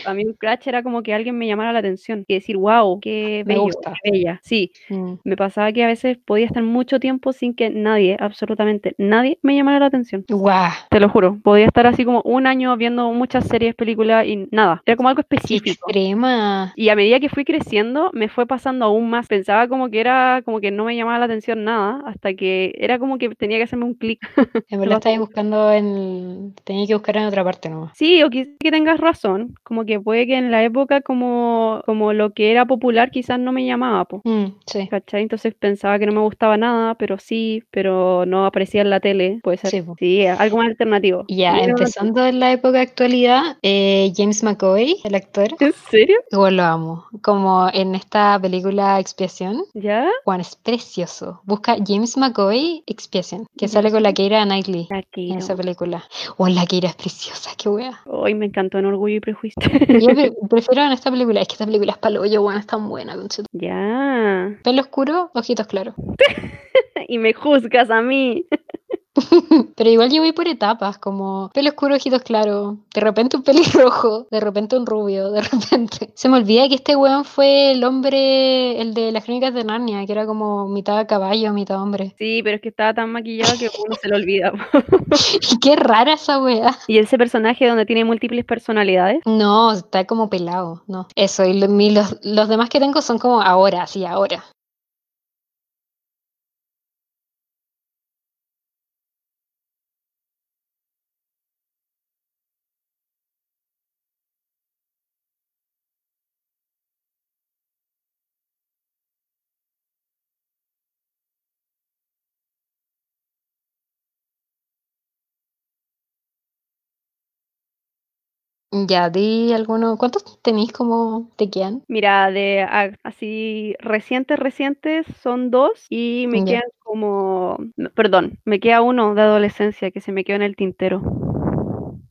Speaker 2: a mí un crush era como que alguien me llamara la atención y decir, wow, qué
Speaker 1: Me
Speaker 2: bello,
Speaker 1: gusta.
Speaker 2: qué bella. Sí,
Speaker 1: Mm.
Speaker 2: me pasaba que a veces podía estar mucho tiempo sin que nadie, absolutamente nadie, me llamara la atención.
Speaker 1: Guau.
Speaker 2: Te lo juro, podía estar así como un año viendo muchas series, películas y nada. Era como algo
Speaker 1: qué
Speaker 2: específico.
Speaker 1: extrema.
Speaker 2: Y a medida que fui creciendo, me fue pasando aún más. Pensaba como que era, como que no me llamaba la atención nada, hasta que era como que tenía que hacerme un clic.
Speaker 1: En verdad
Speaker 2: bastante.
Speaker 1: estáis buscando en. Tenía que buscar en otra parte nomás.
Speaker 2: Sí, o quizás que tengas razón, como que puede que en la época como, como lo que era popular quizás no me llamaba, po,
Speaker 1: Mm, sí.
Speaker 2: ¿cachai? Entonces pensaba que no me gustaba nada, pero sí, pero no aparecía en la tele, puede ser.
Speaker 1: Sí, po.
Speaker 2: Sí, algo más alternativo.
Speaker 1: Ya,
Speaker 2: Y era-
Speaker 1: empezando en la época de actualidad, eh, James McCoy, el actor,
Speaker 2: ¿En serio?
Speaker 1: igual lo amo. Como en esta película Expiación,
Speaker 2: ¿Ya?
Speaker 1: Juan es precioso. Busca James McCoy Expiación, que sale con la Keira Knightley
Speaker 2: La
Speaker 1: en esa
Speaker 2: quiero.
Speaker 1: película. Oh, la Keira es preciosa, qué wea.
Speaker 2: Hoy me encantó en Orgullo y Prejuicio.
Speaker 1: Yo pre- prefiero en esta película, es que esta película es palo, yo, Juan es tan buena, conchetu-
Speaker 2: ya.
Speaker 1: Pelo oscuro, ojitos claros.
Speaker 2: Y me juzgas a mí.
Speaker 1: Pero igual yo voy por etapas, como pelo oscuro, ojitos claros, de repente un pelirrojo, de repente un rubio, de repente. Se me olvida que este weón fue el hombre, el de las crónicas de Narnia, que era como mitad caballo, mitad hombre.
Speaker 2: Sí, pero es que estaba tan maquillado que uno se lo olvida.
Speaker 1: Qué rara esa wea.
Speaker 2: Y ese personaje donde tiene múltiples personalidades.
Speaker 1: No, está como pelado, no. Eso, y lo- mi- los, los demás que tengo son como ahora, sí, ahora. Ya, di alguno. ¿Cuántos tenéis como te quedan?
Speaker 2: Mira, de a- así recientes, recientes son dos y me
Speaker 1: Ya.
Speaker 2: quedan como, no, perdón, me queda uno de adolescencia que se me quedó en el tintero.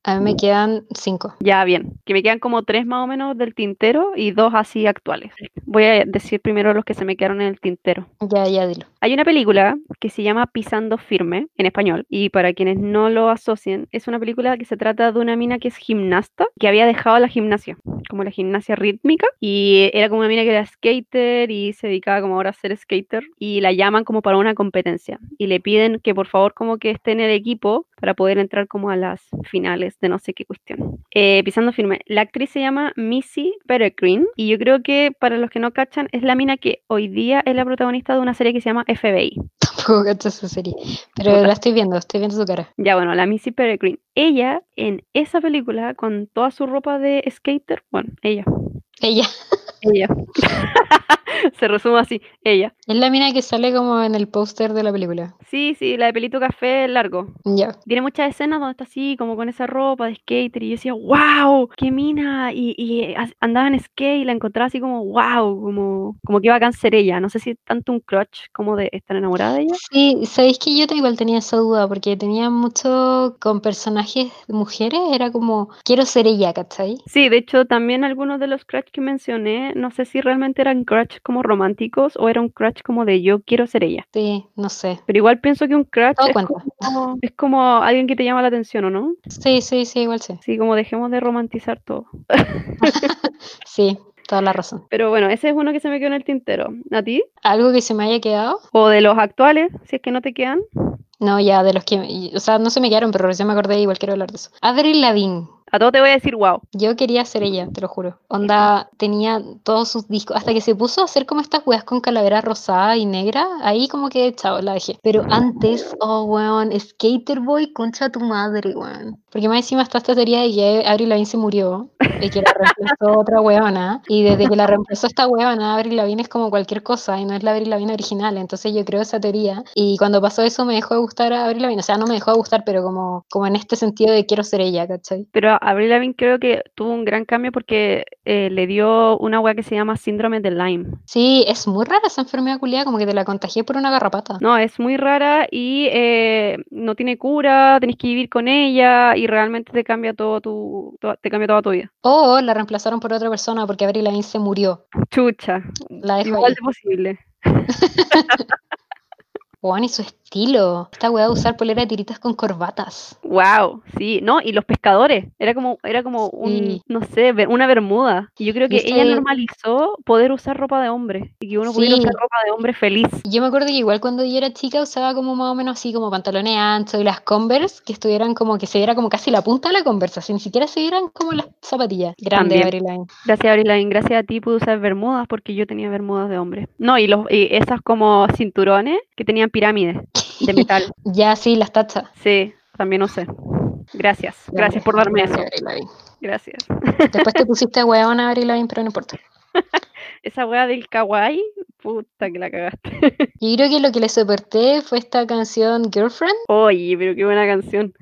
Speaker 1: A mí me quedan cinco.
Speaker 2: Ya, bien, que me quedan como tres más o menos del tintero y dos así actuales. Voy a decir primero los que se me quedaron en el tintero.
Speaker 1: Ya, ya, dilo.
Speaker 2: Hay una película que se llama Pisando Firme en español y para quienes no lo asocien, es una película que se trata de una mina que es gimnasta, que había dejado la gimnasia, como la gimnasia rítmica y era como una mina que era skater y se dedicaba como ahora a ser skater y la llaman como para una competencia y le piden que por favor como que esté en el equipo para poder entrar como a las finales de no sé qué cuestión. Eh, pisando firme. La actriz se llama Missy Peregrine y yo creo que para los que no cachan es la mina que hoy día es la protagonista de una serie que se llama FBI.
Speaker 1: Tampoco cacho esa serie. Pero
Speaker 2: Puta.
Speaker 1: la estoy viendo, estoy viendo su cara.
Speaker 2: Ya bueno, la Missy Peregrine. Ella en esa película con toda su ropa de skater, bueno, ella,
Speaker 1: Ella.
Speaker 2: ella. se resume así, ella.
Speaker 1: Es la mina que sale como en el póster de la película.
Speaker 2: Sí, sí, la de pelito café largo.
Speaker 1: Ya.
Speaker 2: Tiene muchas escenas donde está así, como con esa ropa de skater. Y yo decía, wow, qué mina. Y, y, eh, as- andaba en skate y la encontraba así como, wow, como, como que iba a cáncer ella. No sé si es tanto un crutch como de estar enamorada de ella.
Speaker 1: Sí, sabéis que yo te- igual tenía esa duda porque tenía mucho con personajes de mujeres, era como, quiero ser ella, ¿cachai?
Speaker 2: Sí, de hecho, también algunos de los crutch que mencioné, no sé si realmente eran crutch como románticos o era un crutch como de yo quiero ser ella.
Speaker 1: Sí, no sé.
Speaker 2: Pero igual pienso que un crutch
Speaker 1: Todo
Speaker 2: es
Speaker 1: cuenta.
Speaker 2: como, es como alguien que te llama la atención, ¿o no?
Speaker 1: Sí, sí, sí, igual sí.
Speaker 2: Sí, como dejemos de romantizar todo.
Speaker 1: Sí, toda la razón.
Speaker 2: Pero bueno, ese es uno que se me quedó en el tintero. ¿A ti?
Speaker 1: ¿Algo que se me haya quedado?
Speaker 2: ¿O de los actuales, si es que no te quedan?
Speaker 1: No, ya, de los que. y- O sea, no se me quedaron, pero recién me acordé, igual quiero hablar de eso. Avril Lavigne.
Speaker 2: A todos te voy a decir wow.
Speaker 1: Yo quería ser ella, te lo juro. Onda, tenía todos sus discos. Hasta que se puso a hacer como estas weas con calavera rosada y negra. Ahí como que, chao, la dejé. Pero antes, oh, weón, Skaterboy, concha tu madre, weón. Porque más encima está esta teoría de que Avril Lavigne se murió. De que la reemplazó otra weona. Y desde que la reemplazó esta weona, Avril Lavigne es como cualquier cosa. Y no es la Avril Lavigne original. Entonces yo creo esa teoría. Y cuando pasó eso me dejó de gustar a Avril Lavigne. O sea, no me dejó de gustar, pero como, como en este sentido de quiero ser ella, ¿cachai?
Speaker 2: Pero Avril Lavigne creo que tuvo un gran cambio porque eh, le dio una weá que se llama síndrome de Lyme.
Speaker 1: Sí, es muy rara esa enfermedad culiada, como que te la contagié por una garrapata.
Speaker 2: No, es muy rara y eh, no tiene cura, tenés que vivir con ella y realmente te cambia todo tu, to- te cambia toda tu vida.
Speaker 1: O la reemplazaron por otra persona porque Avril Lavigne se murió.
Speaker 2: Chucha,
Speaker 1: La dejó
Speaker 2: igual
Speaker 1: ahí.
Speaker 2: de posible.
Speaker 1: Weón, y su estilo. Esta weá de usar polera de tiritas con corbatas.
Speaker 2: Wow, sí, no, y los pescadores, era como, era como un,
Speaker 1: Sí.
Speaker 2: no sé, ver- una bermuda. Y yo creo
Speaker 1: Y
Speaker 2: que ella
Speaker 1: ese-
Speaker 2: normalizó poder usar ropa de hombre y que uno pudiera usar
Speaker 1: Sí.
Speaker 2: ropa de hombre feliz.
Speaker 1: Y Yo me acuerdo que igual cuando yo era chica usaba como más o menos así como pantalones anchos y las Converse que estuvieran como que se viera como casi la punta de la Converse, así ni siquiera se vieran como las zapatillas. Grande
Speaker 2: También.
Speaker 1: Avril Lavigne.
Speaker 2: Gracias, Avril Lavigne. Gracias a ti pude usar bermudas porque yo tenía bermudas de hombre. No, y, los, y esas como cinturones que tenían pirámides de metal.
Speaker 1: Ya sí, las tachas.
Speaker 2: Sí, también usé. Gracias.
Speaker 1: Grande,
Speaker 2: Gracias por darme
Speaker 1: grande
Speaker 2: eso.
Speaker 1: Avril Lavigne.
Speaker 2: Gracias.
Speaker 1: Después te pusiste weón Avril Lavigne, pero no importa.
Speaker 2: Esa wea del kawaii, puta que la cagaste.
Speaker 1: Yo creo que lo que le soporté fue esta canción Girlfriend.
Speaker 2: Oye, pero qué buena canción.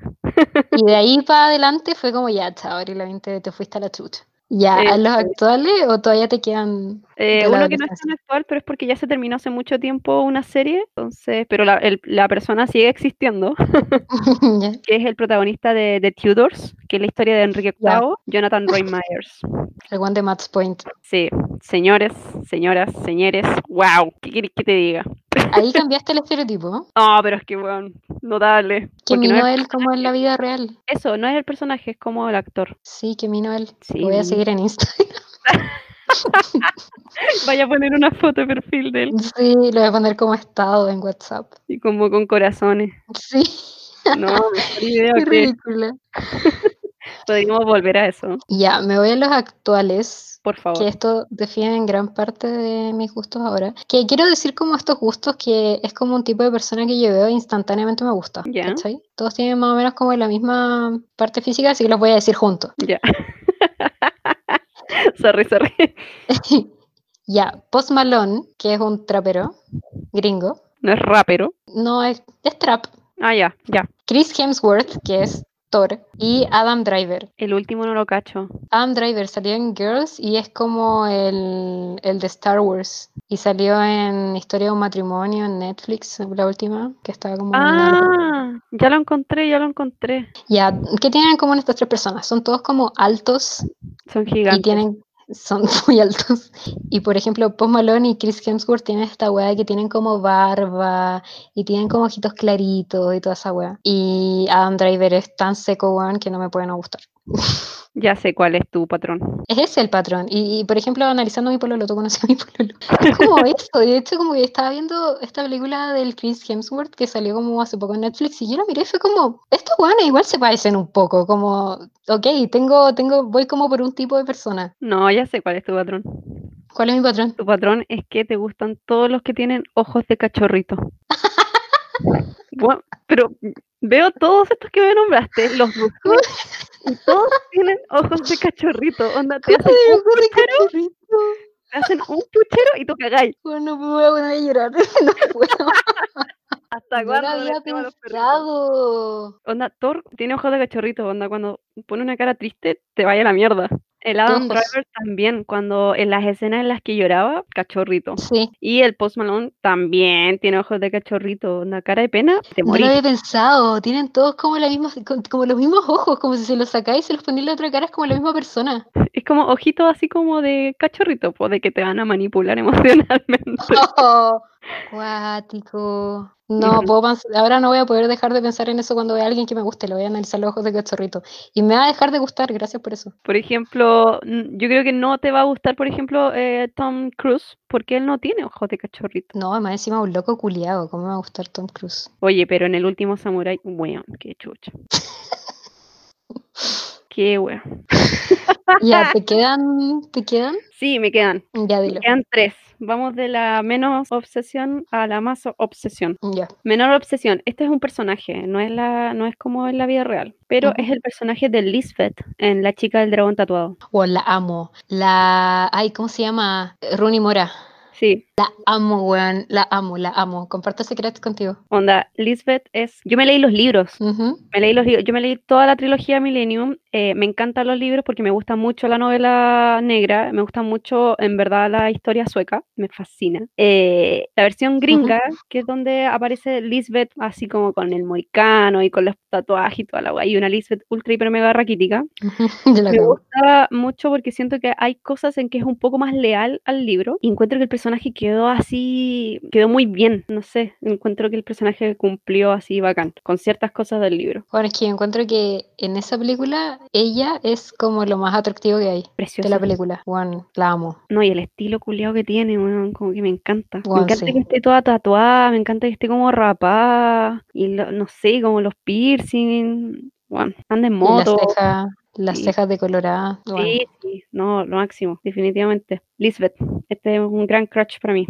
Speaker 1: Y de ahí para adelante fue como ya, chao, Avril Lavigne, te, te fuiste a la chucha. Ya, ¿a los
Speaker 2: Eso es.
Speaker 1: actuales o todavía te quedan?
Speaker 2: Eh,
Speaker 1: De la
Speaker 2: uno que no es tan
Speaker 1: adolescencia.
Speaker 2: actual, pero es porque ya se terminó hace mucho tiempo una serie, entonces, pero la, el- la persona sigue existiendo,
Speaker 1: ya.
Speaker 2: que es el protagonista de The Tudors, que es la historia de Enrique VIII,
Speaker 1: Ya.
Speaker 2: Jonathan Roy Myers.
Speaker 1: El one de Match Point.
Speaker 2: Sí, señores, señoras, señores, wow, ¿qué quieres que te diga?
Speaker 1: Ahí cambiaste el estereotipo. ¿no?
Speaker 2: No, pero es que, weón, notable.
Speaker 1: Que
Speaker 2: porque no
Speaker 1: mino
Speaker 2: es-
Speaker 1: él como en la vida real.
Speaker 2: eso, no es el personaje, es como el actor.
Speaker 1: Sí, que mino él.
Speaker 2: Sí.
Speaker 1: Lo voy a seguir en Instagram.
Speaker 2: Vaya a poner una foto de perfil de él
Speaker 1: Sí, lo voy a poner como estado en WhatsApp.
Speaker 2: y como con corazones.
Speaker 1: Sí,
Speaker 2: No, mejor idea
Speaker 1: qué
Speaker 2: que
Speaker 1: ridícula.
Speaker 2: podríamos volver a eso,
Speaker 1: Ya, me voy a los actuales.
Speaker 2: por favor.
Speaker 1: que esto define en gran parte de mis gustos ahora. Que quiero decir como estos gustos que es como un tipo de persona que yo veo e instantáneamente me gusta.
Speaker 2: Ya.
Speaker 1: ¿cachai? Todos tienen más o menos como la misma parte física, así que los voy a decir juntos.
Speaker 2: Ya. sorry, sorry.
Speaker 1: ya, Post Malone, que es un trapero gringo.
Speaker 2: No es rapero.
Speaker 1: No, es, es trap.
Speaker 2: Ah, ya, ya.
Speaker 1: Chris Hemsworth, que es Thor. Y Adam Driver.
Speaker 2: El último no lo cacho.
Speaker 1: Adam Driver salió en Girls y es como el, el de Star Wars. Y salió en Historia de un matrimonio en Netflix, la última, que estaba como... nominada.
Speaker 2: Ah, ya lo encontré, ya lo encontré.
Speaker 1: Ya, ¿qué tienen en común estas tres personas? Son todos como altos
Speaker 2: Son
Speaker 1: y
Speaker 2: gigantes.
Speaker 1: tienen... Son muy altos. Y por ejemplo, Post Malone y Chris Hemsworth tienen esta weá de que tienen como barba y tienen como ojitos claritos y toda esa weá. Y Adam Driver es tan seco, weón, que no me pueden gustar.
Speaker 2: Ya sé cuál es tu patrón.
Speaker 1: Es ese el patrón. Y, y, por ejemplo, analizando mi pololo, tú conoces a mi pololo. Es como eso. De hecho, como que estaba viendo esta película del Chris Hemsworth que salió como hace poco en Netflix y yo la miré y fue como, estos weones igual se parecen un poco. Como, ok, tengo, tengo, voy como por un tipo de persona.
Speaker 2: No, ya sé cuál es tu patrón.
Speaker 1: ¿Cuál es mi patrón?
Speaker 2: Tu patrón es que te gustan todos los que tienen ojos de cachorrito. Bueno, pero veo todos estos que me nombraste, los busqué, y todos tienen ojos de cachorrito. Onda, te hacen un puchero, te hacen un puchero y tú cagáis.
Speaker 1: Bueno, me voy a poner a llorar. No puedo. No
Speaker 2: Hasta
Speaker 1: lo
Speaker 2: cuándo le
Speaker 1: había
Speaker 2: hacemos a los perritos.
Speaker 1: pensado.
Speaker 2: Onda, Thor tiene ojos de cachorrito, onda, cuando pone una cara triste, te vaya a la mierda. El Adam
Speaker 1: Todos.
Speaker 2: Driver también, cuando en las escenas en las que lloraba, cachorrito.
Speaker 1: Sí,
Speaker 2: Y el Post Malone también tiene ojos de cachorrito, una cara de pena, te
Speaker 1: no lo
Speaker 2: morís.
Speaker 1: había pensado. Tienen todos como, la misma, como los mismos ojos, como si se los sacáis y se los ponéis en la otra cara, es como la misma persona.
Speaker 2: Es como ojito así como de cachorrito, pues de que te van a manipular emocionalmente.
Speaker 1: Oh, cuático. No,
Speaker 2: Ujú.
Speaker 1: puedo pens- ahora no voy a poder dejar de pensar en eso cuando vea a alguien que me guste. Lo voy a analizar los ojos de cachorrito. Y me va a dejar de gustar, gracias por eso.
Speaker 2: Por ejemplo, n- yo creo que no te va a gustar, por ejemplo, eh, Tom Cruise, porque él no tiene ojos de cachorrito.
Speaker 1: No, más encima un loco culiado. ¿Cómo me va a gustar Tom Cruise?
Speaker 2: Oye, pero en el último Samurai, weón, qué chucha. Qué weón.
Speaker 1: Ya, te quedan, te quedan.
Speaker 2: Sí, me quedan.
Speaker 1: Ya
Speaker 2: Me
Speaker 1: dilo.
Speaker 2: quedan tres. Vamos de la menos obsesión a la más o- obsesión.
Speaker 1: Ya.
Speaker 2: Menor obsesión. Este es un personaje, no es, la, no es como en la vida real, pero
Speaker 1: Ujú.
Speaker 2: es el personaje de Lisbeth en La chica del dragón tatuado.
Speaker 1: O la amo. La. Ay, ¿cómo se llama? Eh, Rooney Mora.
Speaker 2: Sí,
Speaker 1: La amo, weón. La amo, la amo. Comparto secretos contigo.
Speaker 2: onda, Lisbeth es... Yo me leí los libros,
Speaker 1: Ujú.
Speaker 2: me leí los libros, yo me leí toda la trilogía Millennium, eh, me encantan los libros porque me gusta mucho la novela negra, me gusta mucho en verdad la historia sueca, me fascina. Eh, la versión gringa, que es donde aparece Lisbeth así como con el moicano y con los tatuajes y toda la wea, y una Lisbeth ultra hiper mega raquítica.
Speaker 1: Yo la
Speaker 2: Me
Speaker 1: amo.
Speaker 2: gusta mucho porque siento que hay cosas en que es un poco más leal al libro y encuentro que el personaje quedó así, quedó muy bien, no sé, encuentro que el personaje cumplió así bacán con ciertas cosas del libro.
Speaker 1: Bueno, es que yo encuentro que en esa película ella es como lo más atractivo que hay de
Speaker 2: Precioso.
Speaker 1: la película. Weón, la amo.
Speaker 2: No, y el estilo culiado que tiene, weón, como que me encanta.
Speaker 1: Weón,
Speaker 2: me encanta
Speaker 1: sí.
Speaker 2: que esté toda tatuada, me encanta que esté como rapada y lo- no sé, como los piercing, weón, anda en
Speaker 1: Y las
Speaker 2: moto.
Speaker 1: cejas, las
Speaker 2: sí.
Speaker 1: cejas decoloradas. weón.
Speaker 2: Sí, sí, no, lo máximo, definitivamente. Lisbeth, este es un gran crush para mí.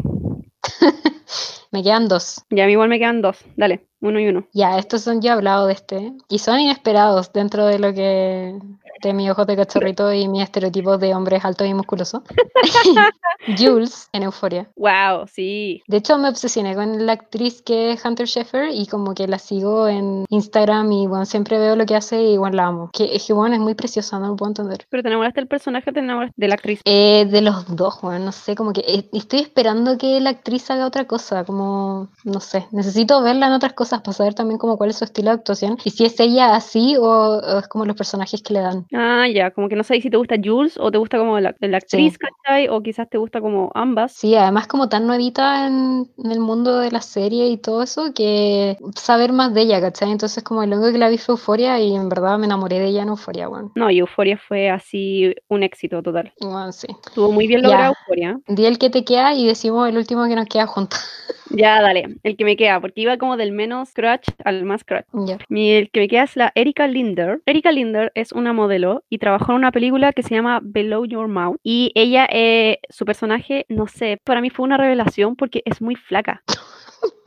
Speaker 1: Me quedan dos.
Speaker 2: Ya, a mí igual me quedan dos. Dale, uno y uno.
Speaker 1: Ya, estos son, yo he hablado de este. Y son inesperados dentro de lo que. de mis ojos de cachorrito y mis estereotipos de hombres altos y musculosos. Jules, en Euforia.
Speaker 2: Wow, sí.
Speaker 1: De hecho, me obsesioné con la actriz que es Hunter Sheffer y como que la sigo en Instagram y bueno, siempre veo lo que hace y bueno, la amo. Que es que bueno, es muy preciosa, no lo puedo entender.
Speaker 2: Pero te enamoraste del personaje, o te enamoraste de la actriz.
Speaker 1: Eh, de los dos, bueno, no sé, como que eh, estoy esperando que la actriz haga otra cosa, como, no sé, necesito verla en otras cosas para saber también como cuál es su estilo de actuación y si es ella así o, o es como los personajes que le dan.
Speaker 2: Ah, ya, como que no sabes si te gusta Jules o te gusta como la, la actriz, ¿cachai? O quizás te gusta como ambas.
Speaker 1: Sí, además como tan nuevita en, en el mundo de la serie y todo eso, que saber más de ella, ¿cachai? Entonces como el único que la vi fue Euforia y en verdad me enamoré de ella en Euforia, bueno.
Speaker 2: No, y Euforia fue así un éxito total.
Speaker 1: Bueno, sí.
Speaker 2: Estuvo muy bien
Speaker 1: Ya.
Speaker 2: lograda Euforia.
Speaker 1: Di el que te queda y decimos el último que nos queda juntas.
Speaker 2: Ya, dale, el que me queda, porque iba como del menos crush al más crush.
Speaker 1: Ya.
Speaker 2: Mi, el que me queda es la Erika Linder. Erika Linder es una modelo y trabajó en una película que se llama Below Your Mouth. Y ella, eh, su personaje, no sé, para mí fue una revelación porque es muy flaca.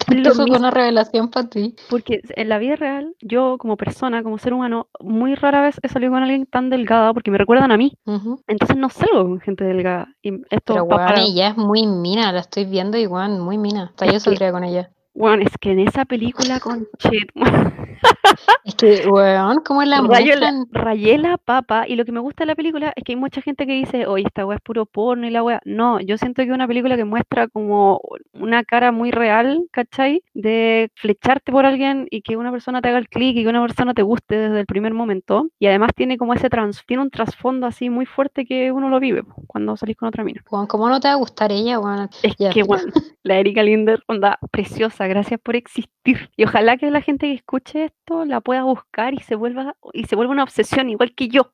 Speaker 2: Es lo
Speaker 1: Eso fue
Speaker 2: mismo-
Speaker 1: una revelación para ti.
Speaker 2: Porque en la vida real, yo como persona, como ser humano, muy rara vez he salido con alguien tan delgada porque me recuerdan a mí.
Speaker 1: Ujú.
Speaker 2: Entonces no salgo con gente delgada. Y esto
Speaker 1: Pero
Speaker 2: va
Speaker 1: weón,
Speaker 2: para-
Speaker 1: ella es muy mina, la estoy viendo y weón, muy mina. Hasta
Speaker 2: Es
Speaker 1: yo
Speaker 2: que-
Speaker 1: saldría con ella.
Speaker 2: Weón, es que en esa película con Chet, Ah.
Speaker 1: Es que, weón, ¿cómo la
Speaker 2: rayé la,
Speaker 1: muestran?
Speaker 2: rayé la papa. Y lo que me gusta de la película es que hay mucha gente que dice, oye, esta weá es puro porno y la weá. No, yo siento que es una película que muestra como una cara muy real, ¿cachai? De flecharte por alguien y que una persona te haga el clic y que una persona te guste desde el primer momento. Y además tiene como ese trans, tiene un trasfondo así muy fuerte que uno lo vive po, cuando salís con otra mina.
Speaker 1: Weón, ¿cómo no te va a gustar ella, weón?
Speaker 2: Es
Speaker 1: Ya,
Speaker 2: que
Speaker 1: filo.
Speaker 2: bueno, la Erika Linder, onda preciosa, gracias por existir. Y ojalá que la gente que escuche esto la pueda buscar y se vuelva y se vuelva una obsesión igual que yo.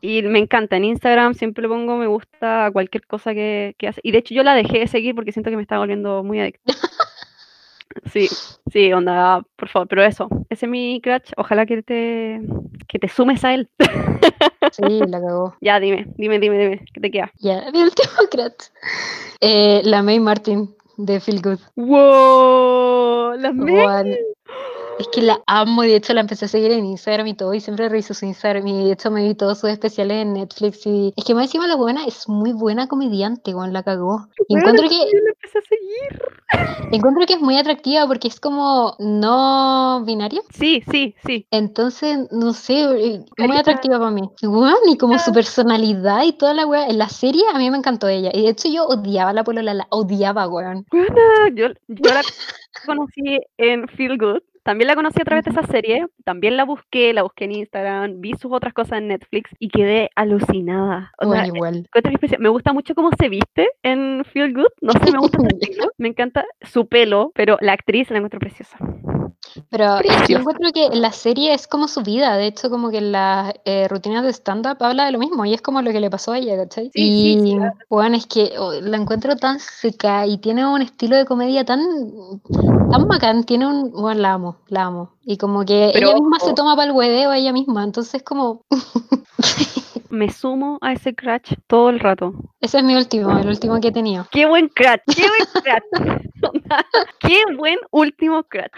Speaker 2: Y me encanta en Instagram, siempre le pongo me gusta a cualquier cosa que, que hace. Y de hecho yo la dejé de seguir porque siento que me está volviendo muy adicta. Sí, sí, onda, por favor, pero eso, ese es mi crush, ojalá que te, que te sumes a él.
Speaker 1: Sí, la cagó.
Speaker 2: ya, dime, dime, dime, dime, ¿qué te queda?
Speaker 1: Ya, mi último crack. Eh, la May Martin de Feel Good.
Speaker 2: ¡Wow! ¡Las me!
Speaker 1: Weón, Es que la amo y de hecho la empecé a seguir en Instagram y todo y siempre reviso su Instagram y de hecho me vi todos sus especiales en Netflix y es que más encima la buena es muy buena comediante, weón, la cagó. Y
Speaker 2: Weón,
Speaker 1: encuentro
Speaker 2: entonces
Speaker 1: que
Speaker 2: Yo la empecé a seguir.
Speaker 1: Encuentro que es muy atractiva porque es como no binaria.
Speaker 2: Sí, sí, sí.
Speaker 1: Entonces, no sé, eh, muy
Speaker 2: Carita.
Speaker 1: atractiva para mí. Weón, y como su
Speaker 2: Ah.
Speaker 1: personalidad y toda la weá. En la serie a mí me encantó ella. Y de hecho yo odiaba a la polola, la odiaba, weón.
Speaker 2: Buena, Yo, yo la conocí en Feel Good También la conocí a través de esa serie, también la busqué, la busqué en Instagram, vi sus otras cosas en Netflix y quedé alucinada. O sea,
Speaker 1: Bueno, igual.
Speaker 2: encuentro que especial- Me gusta mucho cómo se viste en Feel Good, no sé, me gusta su estilo, me encanta su pelo, pero la actriz la encuentro preciosa.
Speaker 1: Pero eh, yo
Speaker 2: preciosa.
Speaker 1: encuentro que la serie es como su vida, de hecho, como que en las eh, rutinas de stand-up habla de lo mismo y es como lo que le pasó a ella, ¿cachai?
Speaker 2: Sí, sí, sí,
Speaker 1: y, weón, es que oh, la encuentro tan seca y tiene un estilo de comedia tan, tan bacán, tiene un, bueno, la amo, la amo. Y como que
Speaker 2: Pero
Speaker 1: ella misma se
Speaker 2: ojo.
Speaker 1: toma para el hueveo a ella misma, entonces como,
Speaker 2: Me sumo a ese crash todo el rato.
Speaker 1: ese es mi último, el último que he tenido.
Speaker 2: ¡Qué buen crash! ¡Qué buen crash! Onda, ¡Qué buen último crash!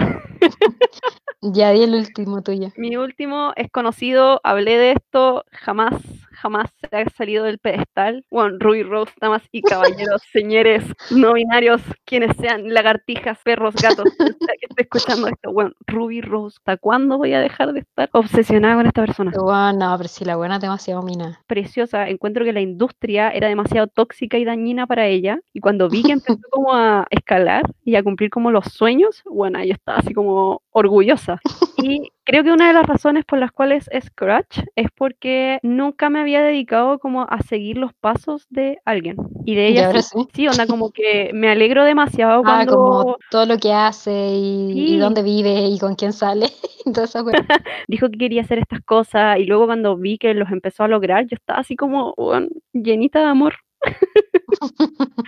Speaker 1: Ya di el último tuyo.
Speaker 2: Mi último es conocido, hablé de esto, jamás, jamás se ha salido del pedestal. Bueno, Ruby Rose, damas y caballeros, señores, no binarios, quienes sean, lagartijas, perros, gatos, quien sea que esté escuchando esto. Bueno, Ruby Rose, ¿hasta cuándo voy a dejar de estar obsesionada con esta persona?
Speaker 1: Weón, no, pero si la buena es demasiado mina.
Speaker 2: preciosa, encuentro que la industria era demasiado tóxica y dañina para ella. Y cuando vi que empezó como a escalar y a cumplir como los sueños, bueno, yo estaba así como orgullosa. Y creo que una de las razones por las cuales es Scratch es porque nunca me había dedicado como a seguir los pasos de alguien. Y de
Speaker 1: Y
Speaker 2: ella
Speaker 1: ahora
Speaker 2: sí.
Speaker 1: sí.
Speaker 2: Sí, onda como que me alegro demasiado
Speaker 1: Ah,
Speaker 2: cuando...
Speaker 1: como todo lo que hace y, y
Speaker 2: Sí.
Speaker 1: dónde vive y con quién sale. Entonces, bueno,
Speaker 2: dijo que quería hacer estas cosas y luego cuando vi que los empezó a lograr, yo estaba así como weón, llenita de amor.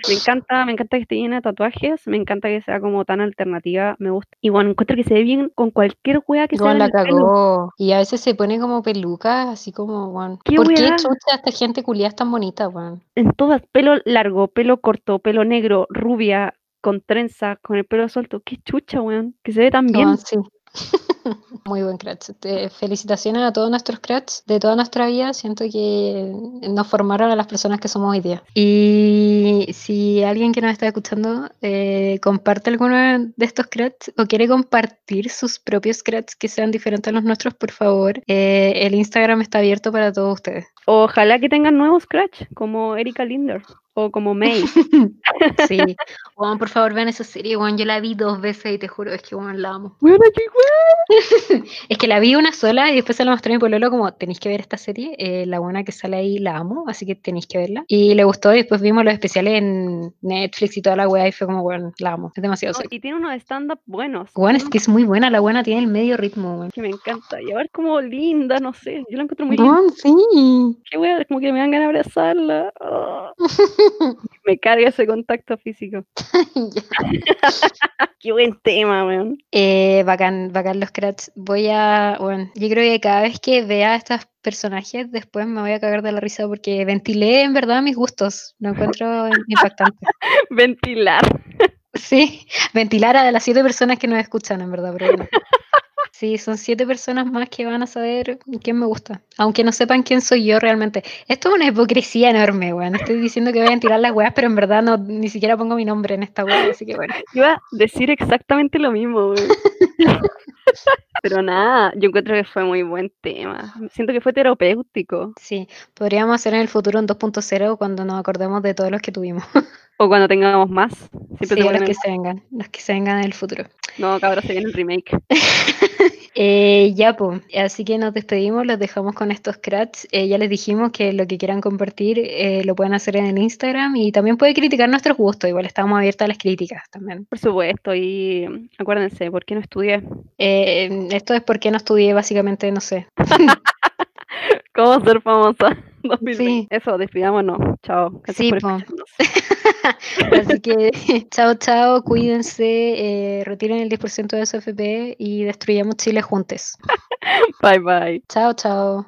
Speaker 2: me encanta, me encanta que esté llena de tatuajes, me encanta que sea como tan alternativa, me gusta. Y bueno, encuentro que se ve bien con cualquier wea que sea.
Speaker 1: Gon la cagó. Y a veces se pone como pelucas, así como, bueno.
Speaker 2: ¿Qué
Speaker 1: ¿Por qué
Speaker 2: weá?
Speaker 1: chucha esta gente culiada es tan bonita, weón?
Speaker 2: En todas, pelo largo, pelo corto, pelo negro, rubia, con trenza, con el pelo suelto. Qué chucha, weón, que se ve tan bien.
Speaker 1: Weón, sí. Muy buen crash. Te- felicitaciones a todos nuestros cracks de toda nuestra vida. Siento que nos formaron a las personas que somos hoy día. Y si alguien que nos está escuchando eh, comparte alguno de estos cracks o quiere compartir sus propios cracks que sean diferentes a los nuestros, por favor, eh, el Instagram está abierto para todos ustedes.
Speaker 2: Ojalá que tengan nuevos Scratch, como Erika Linder o como May.
Speaker 1: Sí, Juan, por favor, vean esa serie, Juan. Yo la vi dos veces y te juro, es que Juan la amo.
Speaker 2: Weona, qué
Speaker 1: Es que la vi una sola y después se la mostré a mi pololo como, tenéis que ver esta serie, eh, la buena que sale ahí la amo, así que tenéis que verla. Y le gustó y después vimos los especiales en Netflix y toda la weá y fue como, bueno, la amo, es demasiado
Speaker 2: No,
Speaker 1: seco.
Speaker 2: y tiene unos stand-up buenos.
Speaker 1: Juan, es que es muy buena, la buena tiene el medio ritmo, weón.
Speaker 2: que me encanta. Y ahora es como linda, no sé. Yo la encuentro muy linda.
Speaker 1: Juan, sí.
Speaker 2: Qué wea, como que me dan ganas de abrazarla. ah. me carga ese contacto físico.
Speaker 1: Ya.
Speaker 2: Qué buen tema, weón.
Speaker 1: Eh, bacán, bacán los crats. Voy a, bueno, yo creo que cada vez que vea a estos personajes, después me voy a cagar de la risa porque ventilé en verdad mis gustos. Lo encuentro impactante.
Speaker 2: Ventilar.
Speaker 1: Sí, ventilar a las siete personas que nos escuchan, en verdad, pero bueno. Sí, son siete personas más que van a saber quién me gusta, aunque no sepan quién soy yo realmente. Esto es una hipocresía enorme, weón. Estoy diciendo que voy a ventilar las weas, pero en verdad no, ni siquiera pongo mi nombre en esta wea, así que bueno.
Speaker 2: Iba a decir exactamente lo mismo, weón. Pero nada, yo encuentro que fue muy buen tema. Siento que fue terapéutico.
Speaker 1: Sí, podríamos hacer en el futuro un 2.0 cuando nos acordemos de todos los que tuvimos.
Speaker 2: O cuando tengamos más. Siempre
Speaker 1: Sí,
Speaker 2: se
Speaker 1: los
Speaker 2: ponen-
Speaker 1: que se vengan, los que se vengan en el futuro.
Speaker 2: No, cabrón, se viene el remake.
Speaker 1: Eh, ya, pues, así que nos despedimos, los dejamos con estos crats. Eh, ya les dijimos que lo que quieran compartir eh, lo pueden hacer en el Instagram y también pueden criticar nuestros gustos, igual estamos abiertos a las críticas también.
Speaker 2: Por supuesto, y mm, acuérdense, ¿por qué no estudié?
Speaker 1: Eh, em, esto es porque no estudié, básicamente, no sé.
Speaker 2: ¿Cómo ser famosa? 2020.
Speaker 1: Sí.
Speaker 2: Eso, despidámonos. Chao. Gracias
Speaker 1: Sí,
Speaker 2: por
Speaker 1: po.
Speaker 2: escucharnos.
Speaker 1: Así que, chao, chao, cuídense, eh, retiren el E 10% de su FP y destruyamos Chile juntos.
Speaker 2: Bye bye.
Speaker 1: Chao, chao.